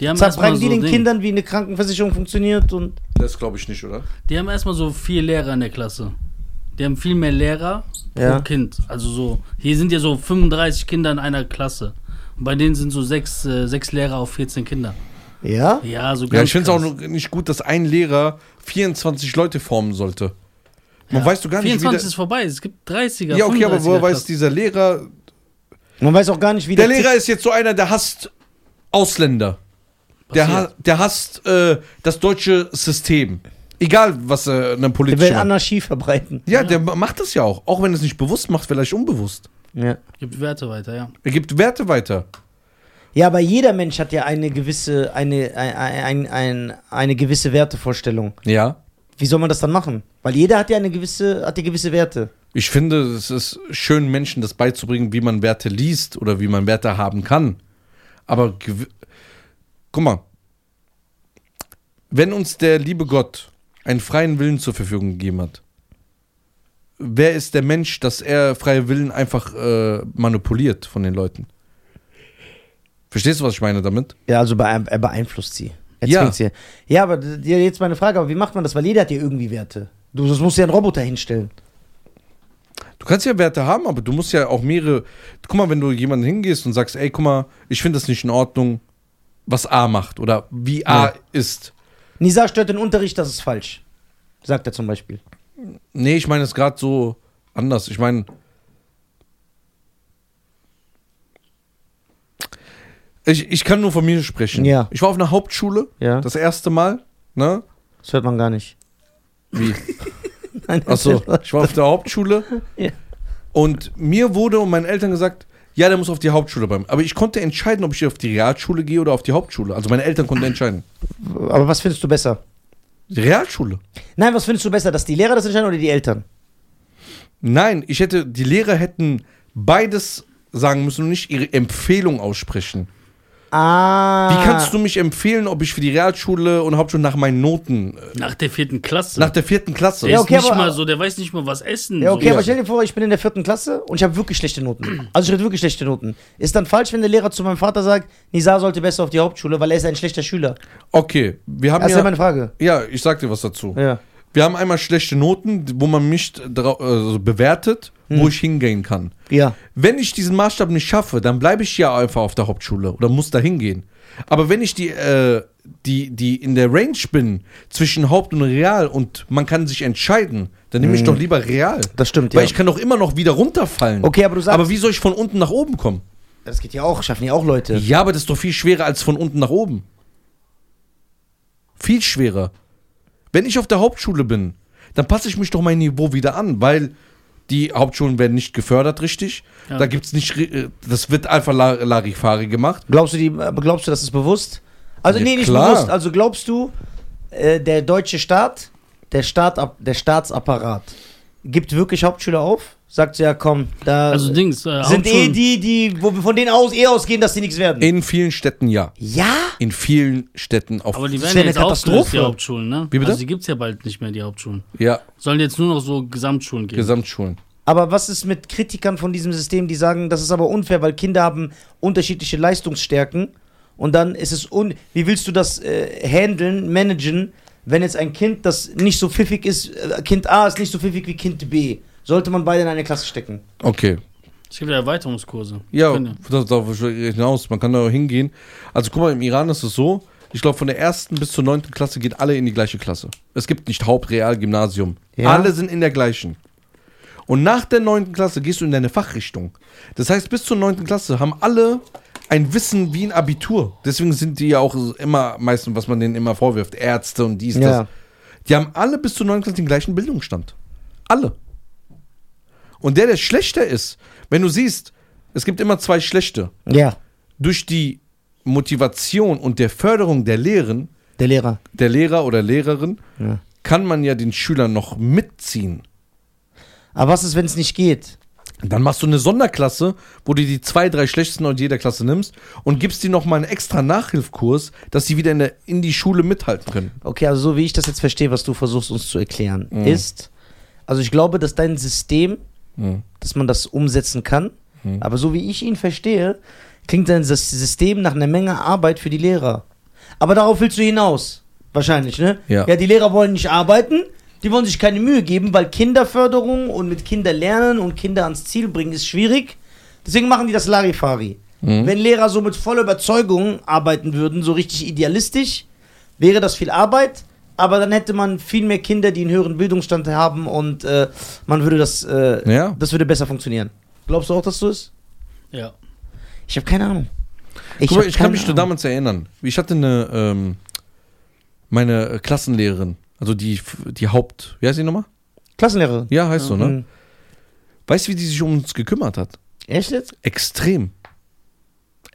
[SPEAKER 3] Die haben erstmal
[SPEAKER 1] Zerbrechen
[SPEAKER 3] so
[SPEAKER 1] die den
[SPEAKER 3] Ding.
[SPEAKER 1] Kindern, wie eine Krankenversicherung funktioniert und.
[SPEAKER 2] Das glaube ich nicht, oder?
[SPEAKER 3] Die haben erstmal so vier Lehrer in der Klasse. Die haben viel mehr Lehrer
[SPEAKER 1] Ja.
[SPEAKER 3] pro Kind. Also so, hier sind ja so 35 Kinder in einer Klasse. Und bei denen sind so sechs, äh, sechs Lehrer auf 14 Kinder.
[SPEAKER 1] Ja?
[SPEAKER 3] Ja, so ganz
[SPEAKER 2] Ja, ich finde es auch
[SPEAKER 3] krass.
[SPEAKER 2] nur nicht gut, dass ein Lehrer 24 Leute formen sollte. Man weiß du gar nicht, wie
[SPEAKER 3] 24
[SPEAKER 2] der,
[SPEAKER 3] ist vorbei, es gibt 30er.
[SPEAKER 2] Ja, okay, aber
[SPEAKER 3] 35er
[SPEAKER 2] woher weiß
[SPEAKER 3] Klasse.
[SPEAKER 2] dieser Lehrer?
[SPEAKER 1] Man weiß auch gar nicht, wie
[SPEAKER 2] Der
[SPEAKER 1] tickt.
[SPEAKER 2] Lehrer ist jetzt so einer, der hasst Ausländer. Der,
[SPEAKER 3] Passiert.
[SPEAKER 2] ha der hasst äh, das deutsche System. Egal, was äh, eine
[SPEAKER 1] Der
[SPEAKER 2] politische.
[SPEAKER 1] will Anarchie verbreiten.
[SPEAKER 2] Ja, der ma- macht das ja auch. Auch wenn er es nicht bewusst macht, vielleicht unbewusst.
[SPEAKER 1] Ja.
[SPEAKER 3] Gibt Werte weiter, ja.
[SPEAKER 2] Er gibt Werte weiter.
[SPEAKER 1] ja, aber jeder Mensch hat ja eine gewisse, eine, ein, ein, ein, eine gewisse Wertevorstellung.
[SPEAKER 2] Ja.
[SPEAKER 1] Wie soll man das dann machen? Weil jeder hat ja eine gewisse, hat ja gewisse Werte.
[SPEAKER 2] Ich finde, es ist schön, Menschen das beizubringen, wie man Werte liest oder wie man Werte haben kann. Aber gew- guck mal, wenn uns der liebe Gott einen freien Willen zur Verfügung gegeben hat, wer ist der Mensch, dass er freie Willen einfach äh, manipuliert von den Leuten? Verstehst du, was ich meine damit?
[SPEAKER 1] Ja, also bee- er beeinflusst sie. Er
[SPEAKER 2] Ja.
[SPEAKER 1] zwingt sie. ja, aber d- d- jetzt meine Frage, aber wie macht man das? Weil jeder hat ja irgendwie Werte. Du, das musst du ja einen Roboter hinstellen.
[SPEAKER 2] Du kannst ja Werte haben, aber du musst ja auch mehrere. Guck mal, wenn du jemanden hingehst und sagst, ey, guck mal, ich finde das nicht in Ordnung, was A macht oder wie A
[SPEAKER 1] Ja.
[SPEAKER 2] ist.
[SPEAKER 1] Nisa stört den Unterricht, das ist falsch. Sagt er zum Beispiel.
[SPEAKER 2] Nee, ich meine es gerade so anders. Ich meine. Ich, ich kann nur von mir sprechen.
[SPEAKER 1] Ja.
[SPEAKER 2] Ich war auf einer Hauptschule,
[SPEAKER 1] Ja.
[SPEAKER 2] das erste Mal. Ne?
[SPEAKER 1] Das hört man gar nicht.
[SPEAKER 2] Wie?
[SPEAKER 1] Nein,
[SPEAKER 2] Achso, ich war auf der Hauptschule.
[SPEAKER 1] Ja.
[SPEAKER 2] Und mir wurde und meinen Eltern gesagt, ja, der muss auf die Hauptschule bleiben. Aber ich konnte entscheiden, ob ich auf die Realschule gehe oder auf die Hauptschule. Also meine Eltern konnten entscheiden.
[SPEAKER 1] Aber was findest du besser?
[SPEAKER 2] Die Realschule.
[SPEAKER 1] Nein, was findest du besser, dass die Lehrer das entscheiden oder die Eltern?
[SPEAKER 2] Nein, ich hätte, die Lehrer hätten beides sagen müssen und nicht ihre Empfehlung aussprechen.
[SPEAKER 1] Ah.
[SPEAKER 2] Wie kannst du mich empfehlen, ob ich für die Realschule und Hauptschule nach meinen Noten, äh,
[SPEAKER 3] Nach der vierten Klasse.
[SPEAKER 2] nach der vierten Klasse?
[SPEAKER 3] der
[SPEAKER 1] Ja,
[SPEAKER 3] ist
[SPEAKER 1] okay,
[SPEAKER 3] nicht
[SPEAKER 1] aber-
[SPEAKER 3] mal so, der weiß nicht mal, was essen.
[SPEAKER 1] Ja, okay,
[SPEAKER 3] so.
[SPEAKER 1] aber stell dir vor, ich bin in der vierten Klasse und ich habe wirklich schlechte Noten. Also ich hätte wirklich schlechte Noten. Ist dann falsch, wenn der Lehrer zu meinem Vater sagt, Nisa sollte besser auf die Hauptschule, weil er ist ein schlechter Schüler.
[SPEAKER 2] Okay, wir haben
[SPEAKER 1] Das ist ja
[SPEAKER 2] ja,
[SPEAKER 1] meine Frage.
[SPEAKER 2] ja, ich sag dir was dazu.
[SPEAKER 1] Also Ja.
[SPEAKER 2] Wir haben einmal schlechte Noten, wo man mich drau- also bewertet,
[SPEAKER 1] Hm.
[SPEAKER 2] wo ich hingehen kann.
[SPEAKER 1] Ja.
[SPEAKER 2] Wenn ich diesen Maßstab nicht schaffe, dann bleibe ich ja einfach auf der Hauptschule oder muss da hingehen. Aber wenn ich die, äh, die, die in der Range bin zwischen Haupt und Real und man kann sich entscheiden, dann nehme ich doch lieber Real.
[SPEAKER 1] Hm. Das stimmt,
[SPEAKER 2] Weil
[SPEAKER 1] ja.
[SPEAKER 2] ich kann doch immer noch wieder runterfallen.
[SPEAKER 1] Okay, aber du sagst-
[SPEAKER 2] Aber wie soll ich von unten nach oben kommen?
[SPEAKER 1] Das geht ja auch, schaffen ja auch Leute.
[SPEAKER 2] Ja, aber das ist doch viel schwerer als von unten nach oben. Viel schwerer. Wenn ich auf der Hauptschule bin, dann passe ich mich doch mein Niveau wieder an, weil die Hauptschulen werden nicht gefördert, richtig?
[SPEAKER 3] Ja.
[SPEAKER 2] Da gibt's nicht, ri- äh, das wird einfach la- Larifari gemacht.
[SPEAKER 1] Glaubst du, die, aber glaubst du, das ist bewusst? Also,
[SPEAKER 2] Ja,
[SPEAKER 1] nee, nicht
[SPEAKER 2] klar.
[SPEAKER 1] bewusst. Also, glaubst du, äh, der deutsche Staat, der, Staat, der Staatsapparat, gibt wirklich Hauptschüler auf? Sagt so, ja, komm, da
[SPEAKER 3] Also Dings, äh,
[SPEAKER 1] sind eh
[SPEAKER 3] Hauptschulen.
[SPEAKER 1] die, die, wo wir von denen aus eh ausgehen, dass sie nichts werden.
[SPEAKER 2] In vielen Städten ja.
[SPEAKER 1] ja?
[SPEAKER 2] In vielen Städten auf.
[SPEAKER 3] Aber die
[SPEAKER 1] Das
[SPEAKER 3] werden ja
[SPEAKER 1] wäre
[SPEAKER 3] jetzt
[SPEAKER 1] eine
[SPEAKER 3] aufgelöst, die
[SPEAKER 1] Katastrophe.
[SPEAKER 3] Hauptschulen, ne?
[SPEAKER 2] Wie bitte?
[SPEAKER 3] Also die gibt's ja bald nicht mehr, die Hauptschulen.
[SPEAKER 2] ja,
[SPEAKER 3] Sollen jetzt nur noch so Gesamtschulen geben.
[SPEAKER 2] Gesamtschulen.
[SPEAKER 1] Aber was ist mit Kritikern von diesem System, die sagen, das ist aber unfair, weil Kinder haben unterschiedliche Leistungsstärken und dann ist es un. Wie willst du das äh, handeln, managen, wenn jetzt ein Kind, das nicht so pfiffig ist, äh, Kind A ist nicht so pfiffig wie Kind B? Sollte man beide in eine Klasse stecken?
[SPEAKER 2] Okay.
[SPEAKER 3] es gibt ja Erweiterungskurse.
[SPEAKER 2] Ja,
[SPEAKER 3] Können
[SPEAKER 2] das- darauf will ich hinaus. Man kann da hingehen. Also guck mal, im Iran ist es so, ich glaube, von der ersten bis zur neunten Klasse gehen alle in die gleiche Klasse. Es gibt nicht Haupt, Real, Gymnasium.
[SPEAKER 1] Ja.
[SPEAKER 2] Alle sind in der gleichen. Und nach der neunten Klasse gehst du in deine Fachrichtung. Das heißt, bis zur neunten Klasse haben alle ein Wissen wie ein Abitur. Deswegen sind die ja auch immer meistens, was man denen immer vorwirft, Ärzte und dies, das.
[SPEAKER 1] Ja.
[SPEAKER 2] Die haben alle bis zur 9. Klasse den gleichen Bildungsstand. Alle. Und der, der schlechter ist, wenn du siehst, es gibt immer zwei Schlechte.
[SPEAKER 1] Ja,
[SPEAKER 2] Durch die Motivation und der Förderung der Lehren,
[SPEAKER 1] der Lehrer.
[SPEAKER 2] der Lehrer oder Lehrerin,
[SPEAKER 1] Ja.
[SPEAKER 2] kann man ja den Schüler noch mitziehen.
[SPEAKER 1] Aber was ist, wenn es nicht geht?
[SPEAKER 2] Dann machst du eine Sonderklasse, wo du die zwei, drei schlechtesten aus jeder Klasse nimmst und gibst dir nochmal einen extra Nachhilfkurs, dass sie wieder in, der, in die Schule mithalten können.
[SPEAKER 1] Okay, also so wie ich das jetzt verstehe, was du versuchst uns zu erklären, ist, also ich glaube, dass dein System, dass man das umsetzen kann, aber so wie ich ihn verstehe, klingt dein Sys- System nach einer Menge Arbeit für die Lehrer. Aber darauf willst du hinaus, wahrscheinlich, ne?
[SPEAKER 2] Ja.
[SPEAKER 1] ja die Lehrer wollen nicht arbeiten, die wollen sich keine Mühe geben, weil Kinderförderung und mit Kinder lernen und Kinder ans Ziel bringen ist schwierig. Deswegen machen die das Larifari.
[SPEAKER 2] Hm?
[SPEAKER 1] Wenn Lehrer so mit voller Überzeugung arbeiten würden, so richtig idealistisch, wäre das viel Arbeit, aber dann hätte man viel mehr Kinder, die einen höheren Bildungsstand haben und äh, man würde das, äh,
[SPEAKER 2] Ja.
[SPEAKER 1] das würde besser funktionieren. Glaubst du auch, dass du es?
[SPEAKER 3] die- Ja.
[SPEAKER 1] Ich habe keine Ahnung. Ich,
[SPEAKER 2] Guck mal,
[SPEAKER 1] hab
[SPEAKER 2] ich kann
[SPEAKER 1] keine
[SPEAKER 2] mich nur
[SPEAKER 1] Ahnung.
[SPEAKER 2] damals erinnern. Ich hatte eine, ähm, meine äh, Klassenlehrerin, also die, die Haupt, wie heißt die nochmal?
[SPEAKER 1] Klassenlehrerin.
[SPEAKER 2] Ja, heißt so, ne?
[SPEAKER 1] Mhm.
[SPEAKER 2] Weißt du, wie die sich um uns gekümmert hat?
[SPEAKER 1] Echt jetzt?
[SPEAKER 2] Extrem.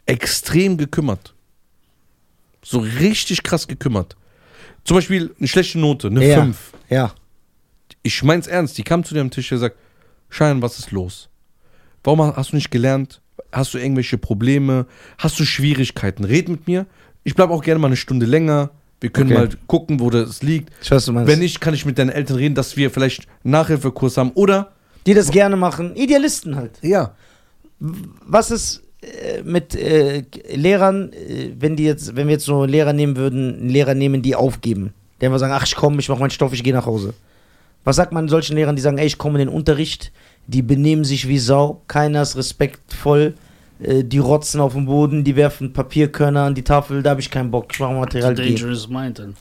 [SPEAKER 2] Extrem gekümmert. So richtig krass gekümmert. Zum Beispiel eine schlechte Note, eine
[SPEAKER 1] Ja.
[SPEAKER 2] 5.
[SPEAKER 1] Ja.
[SPEAKER 2] Ich mein's ernst, die kam zu dem Tisch und sagt, Schein, was ist los? Warum ha- hast du nicht gelernt? Hast du irgendwelche Probleme? Hast du Schwierigkeiten? Red mit mir. Ich bleibe auch gerne mal eine Stunde länger. Wir können
[SPEAKER 1] Okay.
[SPEAKER 2] mal gucken, wo das liegt.
[SPEAKER 1] Ich weiß, du meinst.
[SPEAKER 2] Wenn nicht, kann ich mit deinen Eltern reden, dass wir vielleicht einen Nachhilfekurs haben. Oder,
[SPEAKER 1] Die das gerne machen. Idealisten halt.
[SPEAKER 2] ja,
[SPEAKER 1] Was ist äh, mit äh, Lehrern, äh, wenn die jetzt, wenn wir jetzt so Lehrer nehmen würden, Lehrer nehmen, die aufgeben? Die einfach sagen, ach ich komme, ich mache meinen Stoff, ich gehe nach Hause. Was sagt man solchen Lehrern, die sagen, ey, ich komme in den Unterricht, die benehmen sich wie Sau, keiner ist respektvoll, äh, die rotzen auf dem Boden, die werfen Papierkörner an die Tafel, da habe ich keinen Bock, ich mache Material gehen.
[SPEAKER 3] Dangerous Mind dann.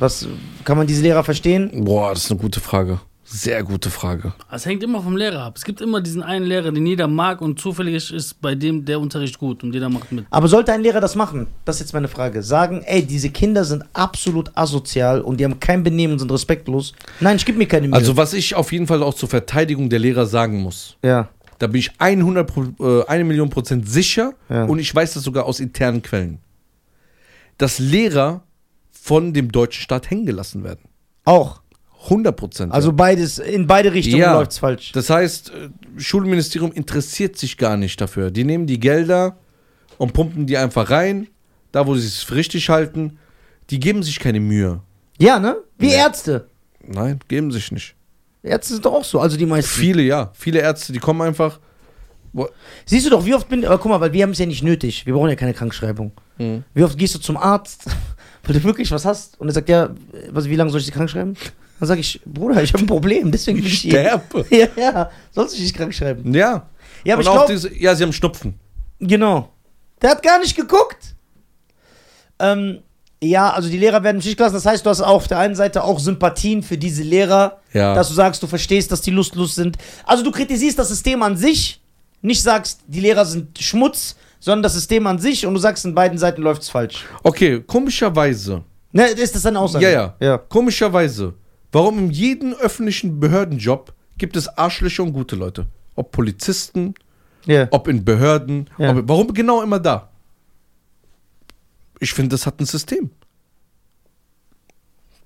[SPEAKER 1] Was kann man diese Lehrer verstehen?
[SPEAKER 2] boah, das ist eine gute Frage. Sehr gute Frage.
[SPEAKER 3] Es hängt immer vom Lehrer ab. Es gibt immer diesen einen Lehrer, den jeder mag und zufällig ist bei dem der Unterricht gut und jeder macht mit.
[SPEAKER 1] Aber sollte ein Lehrer das machen? Das ist jetzt meine Frage. Sagen, ey, diese Kinder sind absolut asozial und die haben kein Benehmen und sind respektlos. Nein, ich gebe mir keine Mühe.
[SPEAKER 2] Also, was ich auf jeden Fall auch zur Verteidigung der Lehrer sagen muss.
[SPEAKER 1] ja,
[SPEAKER 2] Da bin ich 100, Pro- äh, 1 Million Prozent sicher
[SPEAKER 1] Ja.
[SPEAKER 2] und ich weiß das sogar aus internen Quellen, dass Lehrer von dem deutschen Staat hängen gelassen werden.
[SPEAKER 1] auch.
[SPEAKER 2] 100 Prozent.
[SPEAKER 1] Also beides, in beide Richtungen
[SPEAKER 2] Ja.
[SPEAKER 1] läuft's falsch.
[SPEAKER 2] das heißt, äh, Schulministerium interessiert sich gar nicht dafür. Die nehmen die Gelder und pumpen die einfach rein, da wo sie es für richtig halten. Die geben sich keine Mühe.
[SPEAKER 1] Ja, ne? Wie
[SPEAKER 2] Ja.
[SPEAKER 1] Ärzte.
[SPEAKER 2] Nein, geben sich nicht.
[SPEAKER 1] Ärzte sind doch auch so, also die meisten.
[SPEAKER 2] Viele, ja. Viele Ärzte, die kommen einfach.
[SPEAKER 1] Siehst du doch, wie oft bin aber guck mal, weil wir haben es ja nicht nötig. Wir brauchen ja keine Krankschreibung. Wie oft gehst du zum Arzt, weil du wirklich was hast und er sagt, ja, was, wie lange soll ich die krank schreiben? Dann sage ich, Bruder, ich habe ein Problem, deswegen bin ich hier.
[SPEAKER 2] Derb.
[SPEAKER 1] Ja, ja, sonst würde ich krank schreiben.
[SPEAKER 2] Ja.
[SPEAKER 1] Ja, aber
[SPEAKER 2] Und
[SPEAKER 1] ich
[SPEAKER 2] auch
[SPEAKER 1] glaube,
[SPEAKER 2] diese, ja, sie haben Schnupfen.
[SPEAKER 1] Genau. Der hat gar nicht geguckt. Ähm, ja, also die Lehrer werden im Stich gelassen. Das heißt, du hast auf der einen Seite auch Sympathien für diese Lehrer,
[SPEAKER 2] Ja.
[SPEAKER 1] dass du sagst, du verstehst, dass die lustlos sind. Also du kritisierst das System an sich, nicht sagst, die Lehrer sind Schmutz, sondern das System an sich und du sagst, in beiden Seiten läuft es falsch.
[SPEAKER 2] Okay, komischerweise.
[SPEAKER 1] Ne, ist das deine Aussage?
[SPEAKER 2] Ja, ja,
[SPEAKER 1] ja.
[SPEAKER 2] Komischerweise. Warum in jedem öffentlichen Behördenjob gibt es Arschlöcher und gute Leute? Ob Polizisten,
[SPEAKER 1] ja.
[SPEAKER 2] ob in Behörden.
[SPEAKER 1] Ja.
[SPEAKER 2] Ob, warum genau immer da? Ich finde, das hat ein System.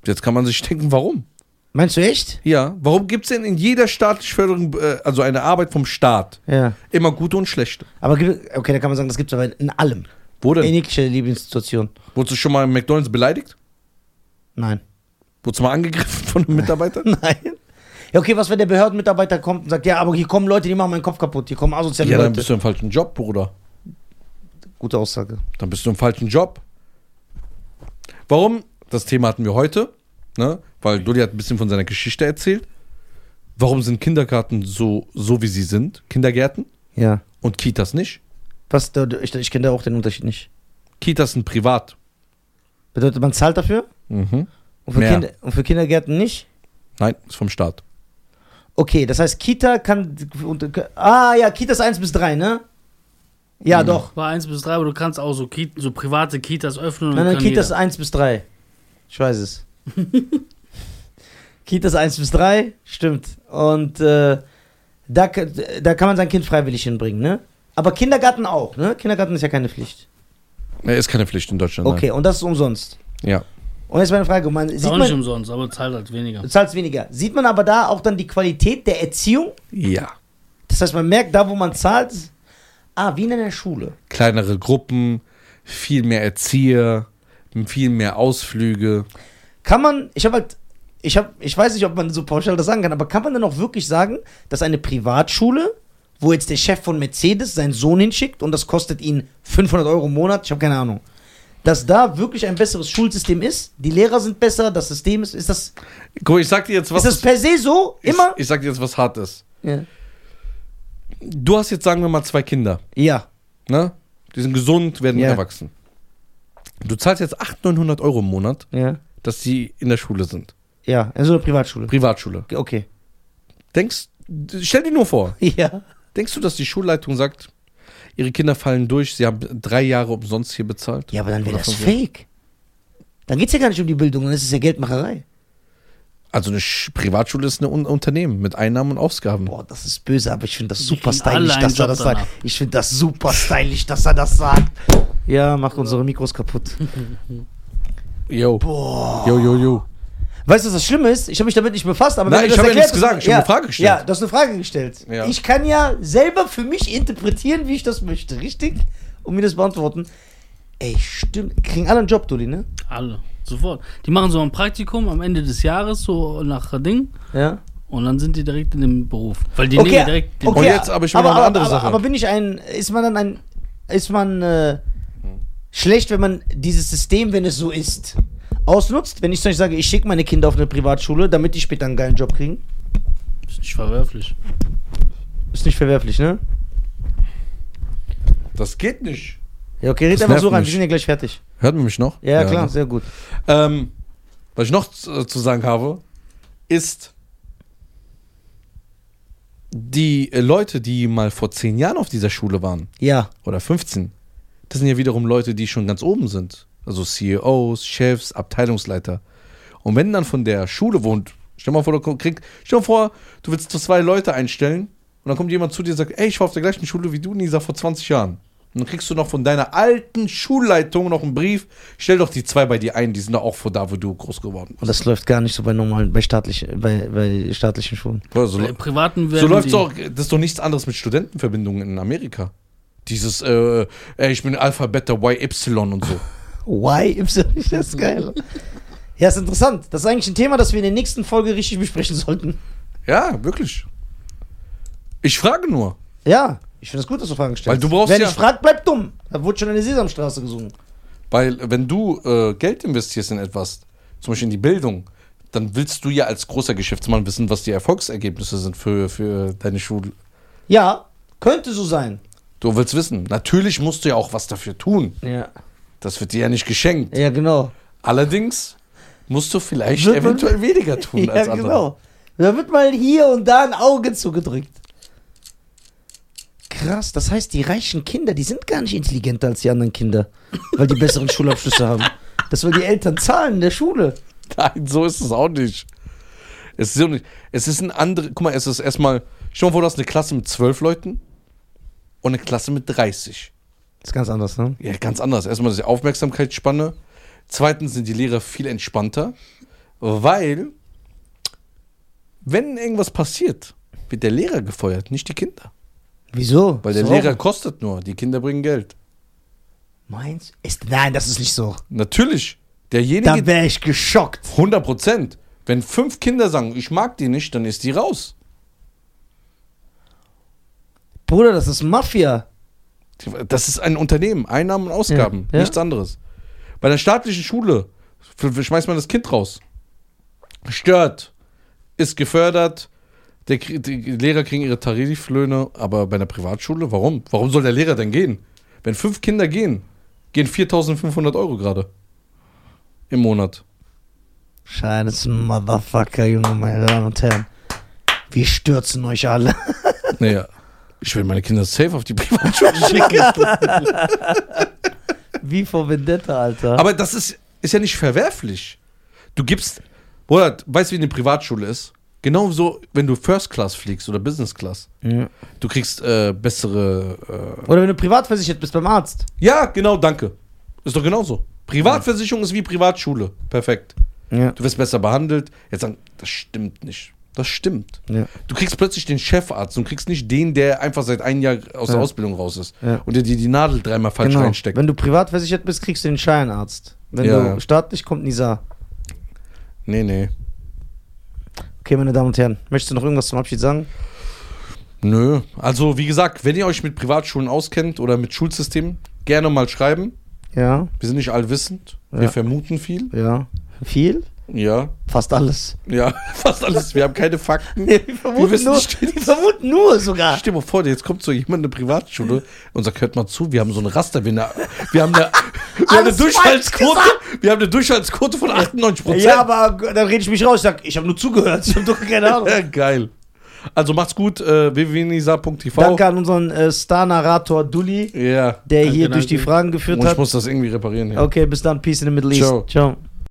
[SPEAKER 2] Jetzt kann man sich denken, warum?
[SPEAKER 1] Meinst du echt?
[SPEAKER 2] Ja, warum gibt es denn in jeder staatlichen Förderung, äh, also eine Arbeit vom Staat,
[SPEAKER 1] Ja.
[SPEAKER 2] immer gute und schlechte?
[SPEAKER 1] Aber gibt- okay, da kann man sagen, das gibt es aber in allem.
[SPEAKER 2] Wo
[SPEAKER 1] In
[SPEAKER 2] denn?
[SPEAKER 1] jeglicher Lebenssituation.
[SPEAKER 2] Wurdest du schon mal in McDonalds beleidigt?
[SPEAKER 1] Nein.
[SPEAKER 2] Wurdest du mal angegriffen von einem Mitarbeiter?
[SPEAKER 1] Nein. Ja, okay, was, wenn der Behördenmitarbeiter kommt und sagt, ja, aber hier kommen Leute, die machen meinen Kopf kaputt, hier kommen asoziale
[SPEAKER 2] ja, dann
[SPEAKER 1] Leute.
[SPEAKER 2] bist du im falschen Job, Bruder.
[SPEAKER 1] Gute Aussage.
[SPEAKER 2] Dann bist du im falschen Job. Warum? Das Thema hatten wir heute, ne? weil Dodi hat ein bisschen von seiner Geschichte erzählt. Warum sind Kindergärten so, so wie sie sind? Kindergärten
[SPEAKER 1] Ja.
[SPEAKER 2] und Kitas nicht?
[SPEAKER 1] Was, da- ich, ich kenne da auch den Unterschied nicht.
[SPEAKER 2] Kitas sind privat.
[SPEAKER 1] Bedeutet, man zahlt dafür
[SPEAKER 2] Mhm.
[SPEAKER 1] und für,
[SPEAKER 2] Mehr.
[SPEAKER 1] Kinder, und für Kindergärten nicht?
[SPEAKER 2] Nein, ist vom Staat.
[SPEAKER 1] Okay, das heißt, Kita kann. Und, ah, ja, Kita ist 1 bis 3, ne?
[SPEAKER 2] Mhm.
[SPEAKER 1] Ja, doch.
[SPEAKER 3] War 1 bis 3, aber du kannst auch so, Ki- so private Kitas öffnen. Und
[SPEAKER 1] Nein, nein,
[SPEAKER 3] Hm, kann
[SPEAKER 1] Kita ist
[SPEAKER 3] jeder.
[SPEAKER 1] 1 bis 3. Ich weiß es. Kita ist 1 bis 3, stimmt. Und äh, da, ka- da kann man sein Kind freiwillig hinbringen, ne? Aber Kindergarten auch, ne? Kindergarten ist ja keine Pflicht.
[SPEAKER 2] Ne, ist keine Pflicht in Deutschland.
[SPEAKER 1] Okay, und das ist umsonst.
[SPEAKER 2] Nein. Ja.
[SPEAKER 1] Und jetzt meine Frage, man,
[SPEAKER 3] Ist
[SPEAKER 1] sieht
[SPEAKER 3] auch nicht
[SPEAKER 1] man,
[SPEAKER 3] umsonst, aber zahlt halt weniger.
[SPEAKER 1] du zahlst weniger. Sieht man aber da auch dann die Qualität der Erziehung?
[SPEAKER 2] Ja.
[SPEAKER 1] Das heißt, man merkt da, wo man zahlt, ah, wie in einer Schule.
[SPEAKER 2] Kleinere Gruppen, viel mehr Erzieher, viel mehr Ausflüge.
[SPEAKER 1] Kann man, ich habe halt, ich, hab, ich weiß nicht, ob man so pauschal das sagen kann, aber kann man dann auch wirklich sagen, dass eine Privatschule, wo jetzt der Chef von Mercedes seinen Sohn hinschickt und das kostet ihn 500 Euro im Monat, ich habe keine Ahnung, dass da wirklich ein besseres Schulsystem ist, die Lehrer sind besser, das System ist, ist das,
[SPEAKER 2] Guck, ich sag dir jetzt was.
[SPEAKER 1] ist das per se so? Immer?
[SPEAKER 2] Ich, ich sag dir jetzt was hart ist.
[SPEAKER 1] Ja.
[SPEAKER 2] Du hast jetzt, sagen wir mal, zwei Kinder.
[SPEAKER 1] ja.
[SPEAKER 2] Ne? Die sind gesund, werden
[SPEAKER 1] Ja.
[SPEAKER 2] erwachsen. Du zahlst jetzt 800, 900 Euro im Monat,
[SPEAKER 1] Ja.
[SPEAKER 2] dass sie in der Schule sind.
[SPEAKER 1] Ja, in so einer Privatschule.
[SPEAKER 2] Privatschule.
[SPEAKER 1] Okay.
[SPEAKER 2] Denkst, stell dir nur vor,
[SPEAKER 1] Ja.
[SPEAKER 2] denkst du, dass die Schulleitung sagt, ihre Kinder fallen durch, sie haben drei Jahre umsonst hier bezahlt?
[SPEAKER 1] Ja, aber dann wäre
[SPEAKER 2] Oder
[SPEAKER 1] das
[SPEAKER 2] fünf Jahre?
[SPEAKER 1] fake. Dann geht es ja gar nicht um die Bildung, dann ist es ja Geldmacherei.
[SPEAKER 2] Also eine Sch- Privatschule ist ein Un Unternehmen mit Einnahmen und Ausgaben.
[SPEAKER 1] Boah, das ist böse, aber ich finde das
[SPEAKER 3] Die
[SPEAKER 1] super
[SPEAKER 3] kriegen alle
[SPEAKER 1] stylisch,
[SPEAKER 3] einen
[SPEAKER 1] dass er
[SPEAKER 3] Job
[SPEAKER 1] das sagt.
[SPEAKER 3] danach.
[SPEAKER 1] Ich finde das super stylisch, dass er das sagt. Ja, macht unsere Mikros kaputt.
[SPEAKER 2] Yo. Boah. Yo, yo, yo.
[SPEAKER 1] Weißt du, was das Schlimme ist? Ich habe mich damit nicht befasst, aber
[SPEAKER 2] Nein,
[SPEAKER 1] wenn du
[SPEAKER 2] ich
[SPEAKER 1] das
[SPEAKER 2] habe ja nichts
[SPEAKER 1] erklärst,
[SPEAKER 2] gesagt,
[SPEAKER 1] ist-
[SPEAKER 2] ich habe eine Frage gestellt.
[SPEAKER 1] Ja, du hast eine Frage gestellt.
[SPEAKER 2] Ja.
[SPEAKER 1] Ich kann ja selber für mich interpretieren, wie ich das möchte, richtig? Und mir das beantworten. Ey, stimmt. Kriegen alle einen Job, Dulli, ne?
[SPEAKER 3] Alle. Sofort. Die machen so ein Praktikum am Ende des Jahres, so nach Ding.
[SPEAKER 1] Ja.
[SPEAKER 3] Und dann sind die direkt in dem Beruf. Weil die nehmen direkt den
[SPEAKER 2] okay. Und jetzt aber ich will noch eine andere
[SPEAKER 1] aber,
[SPEAKER 2] Sache.
[SPEAKER 1] Aber bin ich ein, ist man dann ein, ist man äh, schlecht, wenn man dieses System, wenn es so ist, ausnutzt? Wenn ich zum Beispiel sage, ich schicke meine Kinder auf eine Privatschule, damit die später einen geilen Job kriegen,
[SPEAKER 3] Ist nicht verwerflich.
[SPEAKER 1] ist nicht verwerflich, ne?
[SPEAKER 2] Das geht nicht.
[SPEAKER 1] Ja, okay, red
[SPEAKER 2] Das
[SPEAKER 1] einfach so
[SPEAKER 2] nervt
[SPEAKER 1] rein, wir
[SPEAKER 2] mich.
[SPEAKER 1] sind ja gleich fertig.
[SPEAKER 2] Hört man mich noch?
[SPEAKER 1] Ja, klar, sehr gut.
[SPEAKER 2] Ähm, was ich noch äh, zu zu sagen habe, ist, die äh, Leute, die mal vor zehn Jahren auf dieser Schule waren,
[SPEAKER 1] Ja,
[SPEAKER 2] oder 15, das sind ja wiederum Leute, die schon ganz oben sind. Also CEOs, Chefs, Abteilungsleiter. Und wenn dann von der Schule wohnt, stell mal vor, du kriegst, stell mal vor, du willst zwei Leute einstellen und dann kommt jemand zu dir und sagt, ey, ich war auf der gleichen Schule wie du, Nisa, vor 20 Jahren. Und dann kriegst du noch von deiner alten Schulleitung noch einen Brief, stell doch die zwei bei dir ein, die sind doch auch vor da, wo du groß geworden
[SPEAKER 1] und das läuft gar nicht so bei normalen, bei staatlichen, bei, bei staatlichen Schulen.
[SPEAKER 2] bist. So,
[SPEAKER 3] Bei Äh, privaten werden
[SPEAKER 2] so läuft's
[SPEAKER 3] die-
[SPEAKER 2] auch, das ist doch nichts anderes mit Studentenverbindungen in Amerika. Dieses, äh, ey, ich bin Alpha, Beta, Y, Y und so.
[SPEAKER 1] Why? Y, das ist geil. Ja, ist interessant. Das ist eigentlich ein Thema, das wir in der nächsten Folge richtig besprechen sollten.
[SPEAKER 2] Ja, wirklich. Ich frage nur.
[SPEAKER 1] Ja, ich finde es gut, dass du Fragen stellst.
[SPEAKER 2] Weil du brauchst
[SPEAKER 1] Wer
[SPEAKER 2] ja-
[SPEAKER 1] nicht fragt, bleibt dumm. Da wurde schon eine Sesamstraße gesungen.
[SPEAKER 2] Weil, wenn du äh, Geld investierst in etwas, zum Beispiel in die Bildung, dann willst du ja als großer Geschäftsmann wissen, was die Erfolgsergebnisse sind für, für deine Schule.
[SPEAKER 1] Ja, könnte so sein.
[SPEAKER 2] Du willst wissen. Natürlich musst du ja auch was dafür tun.
[SPEAKER 1] Ja.
[SPEAKER 2] Das wird dir ja nicht geschenkt.
[SPEAKER 1] Ja, genau.
[SPEAKER 2] Allerdings musst du vielleicht
[SPEAKER 1] Wird man-
[SPEAKER 2] eventuell weniger tun als
[SPEAKER 1] ja,
[SPEAKER 2] andere.
[SPEAKER 1] genau. Da wird mal hier und da ein Auge zugedrückt. Krass, das heißt, die reichen Kinder, die sind gar nicht intelligenter als die anderen Kinder, weil die besseren Schulabschlüsse haben. Das, weil die Eltern zahlen in der Schule.
[SPEAKER 2] Nein, so ist es auch nicht. Es ist so nicht. Es ist ein andere. Guck mal, es ist erstmal. Stell dir mal vor, du hast eine Klasse mit zwölf Leuten und eine Klasse mit 30.
[SPEAKER 1] ist ganz anders, ne?
[SPEAKER 2] Ja, ganz anders. Erstmal ist die Aufmerksamkeitsspanne. Zweitens sind die Lehrer viel entspannter, weil, wenn irgendwas passiert, wird der Lehrer gefeuert, nicht die Kinder.
[SPEAKER 1] Wieso?
[SPEAKER 2] Weil der
[SPEAKER 1] So.
[SPEAKER 2] Lehrer kostet nur, die Kinder bringen Geld.
[SPEAKER 1] Meins? Ist, nein, das ist nicht so.
[SPEAKER 2] Natürlich, derjenige,
[SPEAKER 1] Da wäre ich geschockt.
[SPEAKER 2] 100 Prozent. Wenn fünf Kinder sagen, ich mag die nicht, dann ist die raus.
[SPEAKER 1] Bruder, das ist Mafia.
[SPEAKER 2] Das ist ein Unternehmen, Einnahmen und Ausgaben,
[SPEAKER 1] Ja, ja.
[SPEAKER 2] nichts anderes. Bei der staatlichen Schule f- f- schmeißt man das Kind raus. Stört, ist gefördert, der, krie- die Lehrer kriegen ihre Tariflöhne, aber bei einer Privatschule, warum? Warum soll der Lehrer denn gehen? Wenn fünf Kinder gehen, gehen 4.500 Euro gerade im Monat.
[SPEAKER 1] Scheiße, Motherfucker, Junge, meine Damen und Herren. Wir stürzen euch alle.
[SPEAKER 2] Naja, ich will meine Kinder safe auf die Privatschule schicken.
[SPEAKER 1] Wie vor Vendetta, Alter.
[SPEAKER 2] Aber das ist, ist ja nicht verwerflich. Du gibst, Bruder, weißt du, wie eine Privatschule ist? Genauso, wenn du First Class fliegst oder Business Class.
[SPEAKER 1] Ja.
[SPEAKER 2] Du kriegst äh, bessere. Äh,
[SPEAKER 1] Oder wenn du privat versichert bist beim Arzt.
[SPEAKER 2] ja, genau, danke. Ist doch genauso. Privatversicherung ist wie Privatschule. Perfekt.
[SPEAKER 1] Ja.
[SPEAKER 2] Du wirst besser behandelt. Jetzt sagen, das stimmt nicht. Das stimmt.
[SPEAKER 1] Ja.
[SPEAKER 2] Du kriegst plötzlich den Chefarzt und kriegst nicht den, der einfach seit einem Jahr aus der
[SPEAKER 1] Ja.
[SPEAKER 2] Ausbildung raus ist
[SPEAKER 1] Ja.
[SPEAKER 2] und dir die, die Nadel dreimal falsch
[SPEAKER 1] Genau.
[SPEAKER 2] reinsteckt.
[SPEAKER 1] Wenn du privat versichert bist, kriegst du den Scheinarzt. Wenn
[SPEAKER 2] Ja, ja.
[SPEAKER 1] du staatlich kommt Nisa.
[SPEAKER 2] nee, nee.
[SPEAKER 1] Okay, meine Damen und Herren, möchtest du noch irgendwas zum Abschied sagen?
[SPEAKER 2] Nö. Also, wie gesagt, wenn ihr euch mit Privatschulen auskennt oder mit Schulsystemen, gerne mal schreiben.
[SPEAKER 1] Ja,
[SPEAKER 2] Wir sind nicht allwissend.
[SPEAKER 1] Ja.
[SPEAKER 2] Wir vermuten viel.
[SPEAKER 1] ja. Viel?
[SPEAKER 2] Ja.
[SPEAKER 1] Fast alles.
[SPEAKER 2] Ja, fast alles. Wir haben keine Fakten.
[SPEAKER 1] Wir vermuten,
[SPEAKER 2] wissen
[SPEAKER 1] nur, Ah.
[SPEAKER 2] nicht,
[SPEAKER 1] wir vermuten nur sogar.
[SPEAKER 2] Stell dir mal vor, jetzt kommt so jemand in eine Privatschule und sagt, hört mal zu, wir haben so ein Raster, wir, ne- wir haben eine, wir haben eine
[SPEAKER 1] Alles falsch
[SPEAKER 2] Durchfallsquote, wir haben eine Durchfallsquote von 98 Prozent.
[SPEAKER 1] Ja, aber dann rede ich mich raus. Ich sag, ich habe nur zugehört. Ich habe doch keine Ahnung.
[SPEAKER 2] Geil. Also macht's gut, äh, www.nisa.tv.
[SPEAKER 1] Danke an unseren äh, Star-Narrator Dulli,
[SPEAKER 2] Ja.
[SPEAKER 1] der
[SPEAKER 3] Danke,
[SPEAKER 1] hier durch
[SPEAKER 3] danke.
[SPEAKER 1] die Fragen geführt
[SPEAKER 2] Und ich
[SPEAKER 1] hat.
[SPEAKER 2] muss das irgendwie reparieren. hier.
[SPEAKER 1] Okay, bis dann. Peace in the Middle East.
[SPEAKER 2] Ciao.
[SPEAKER 1] Ciao.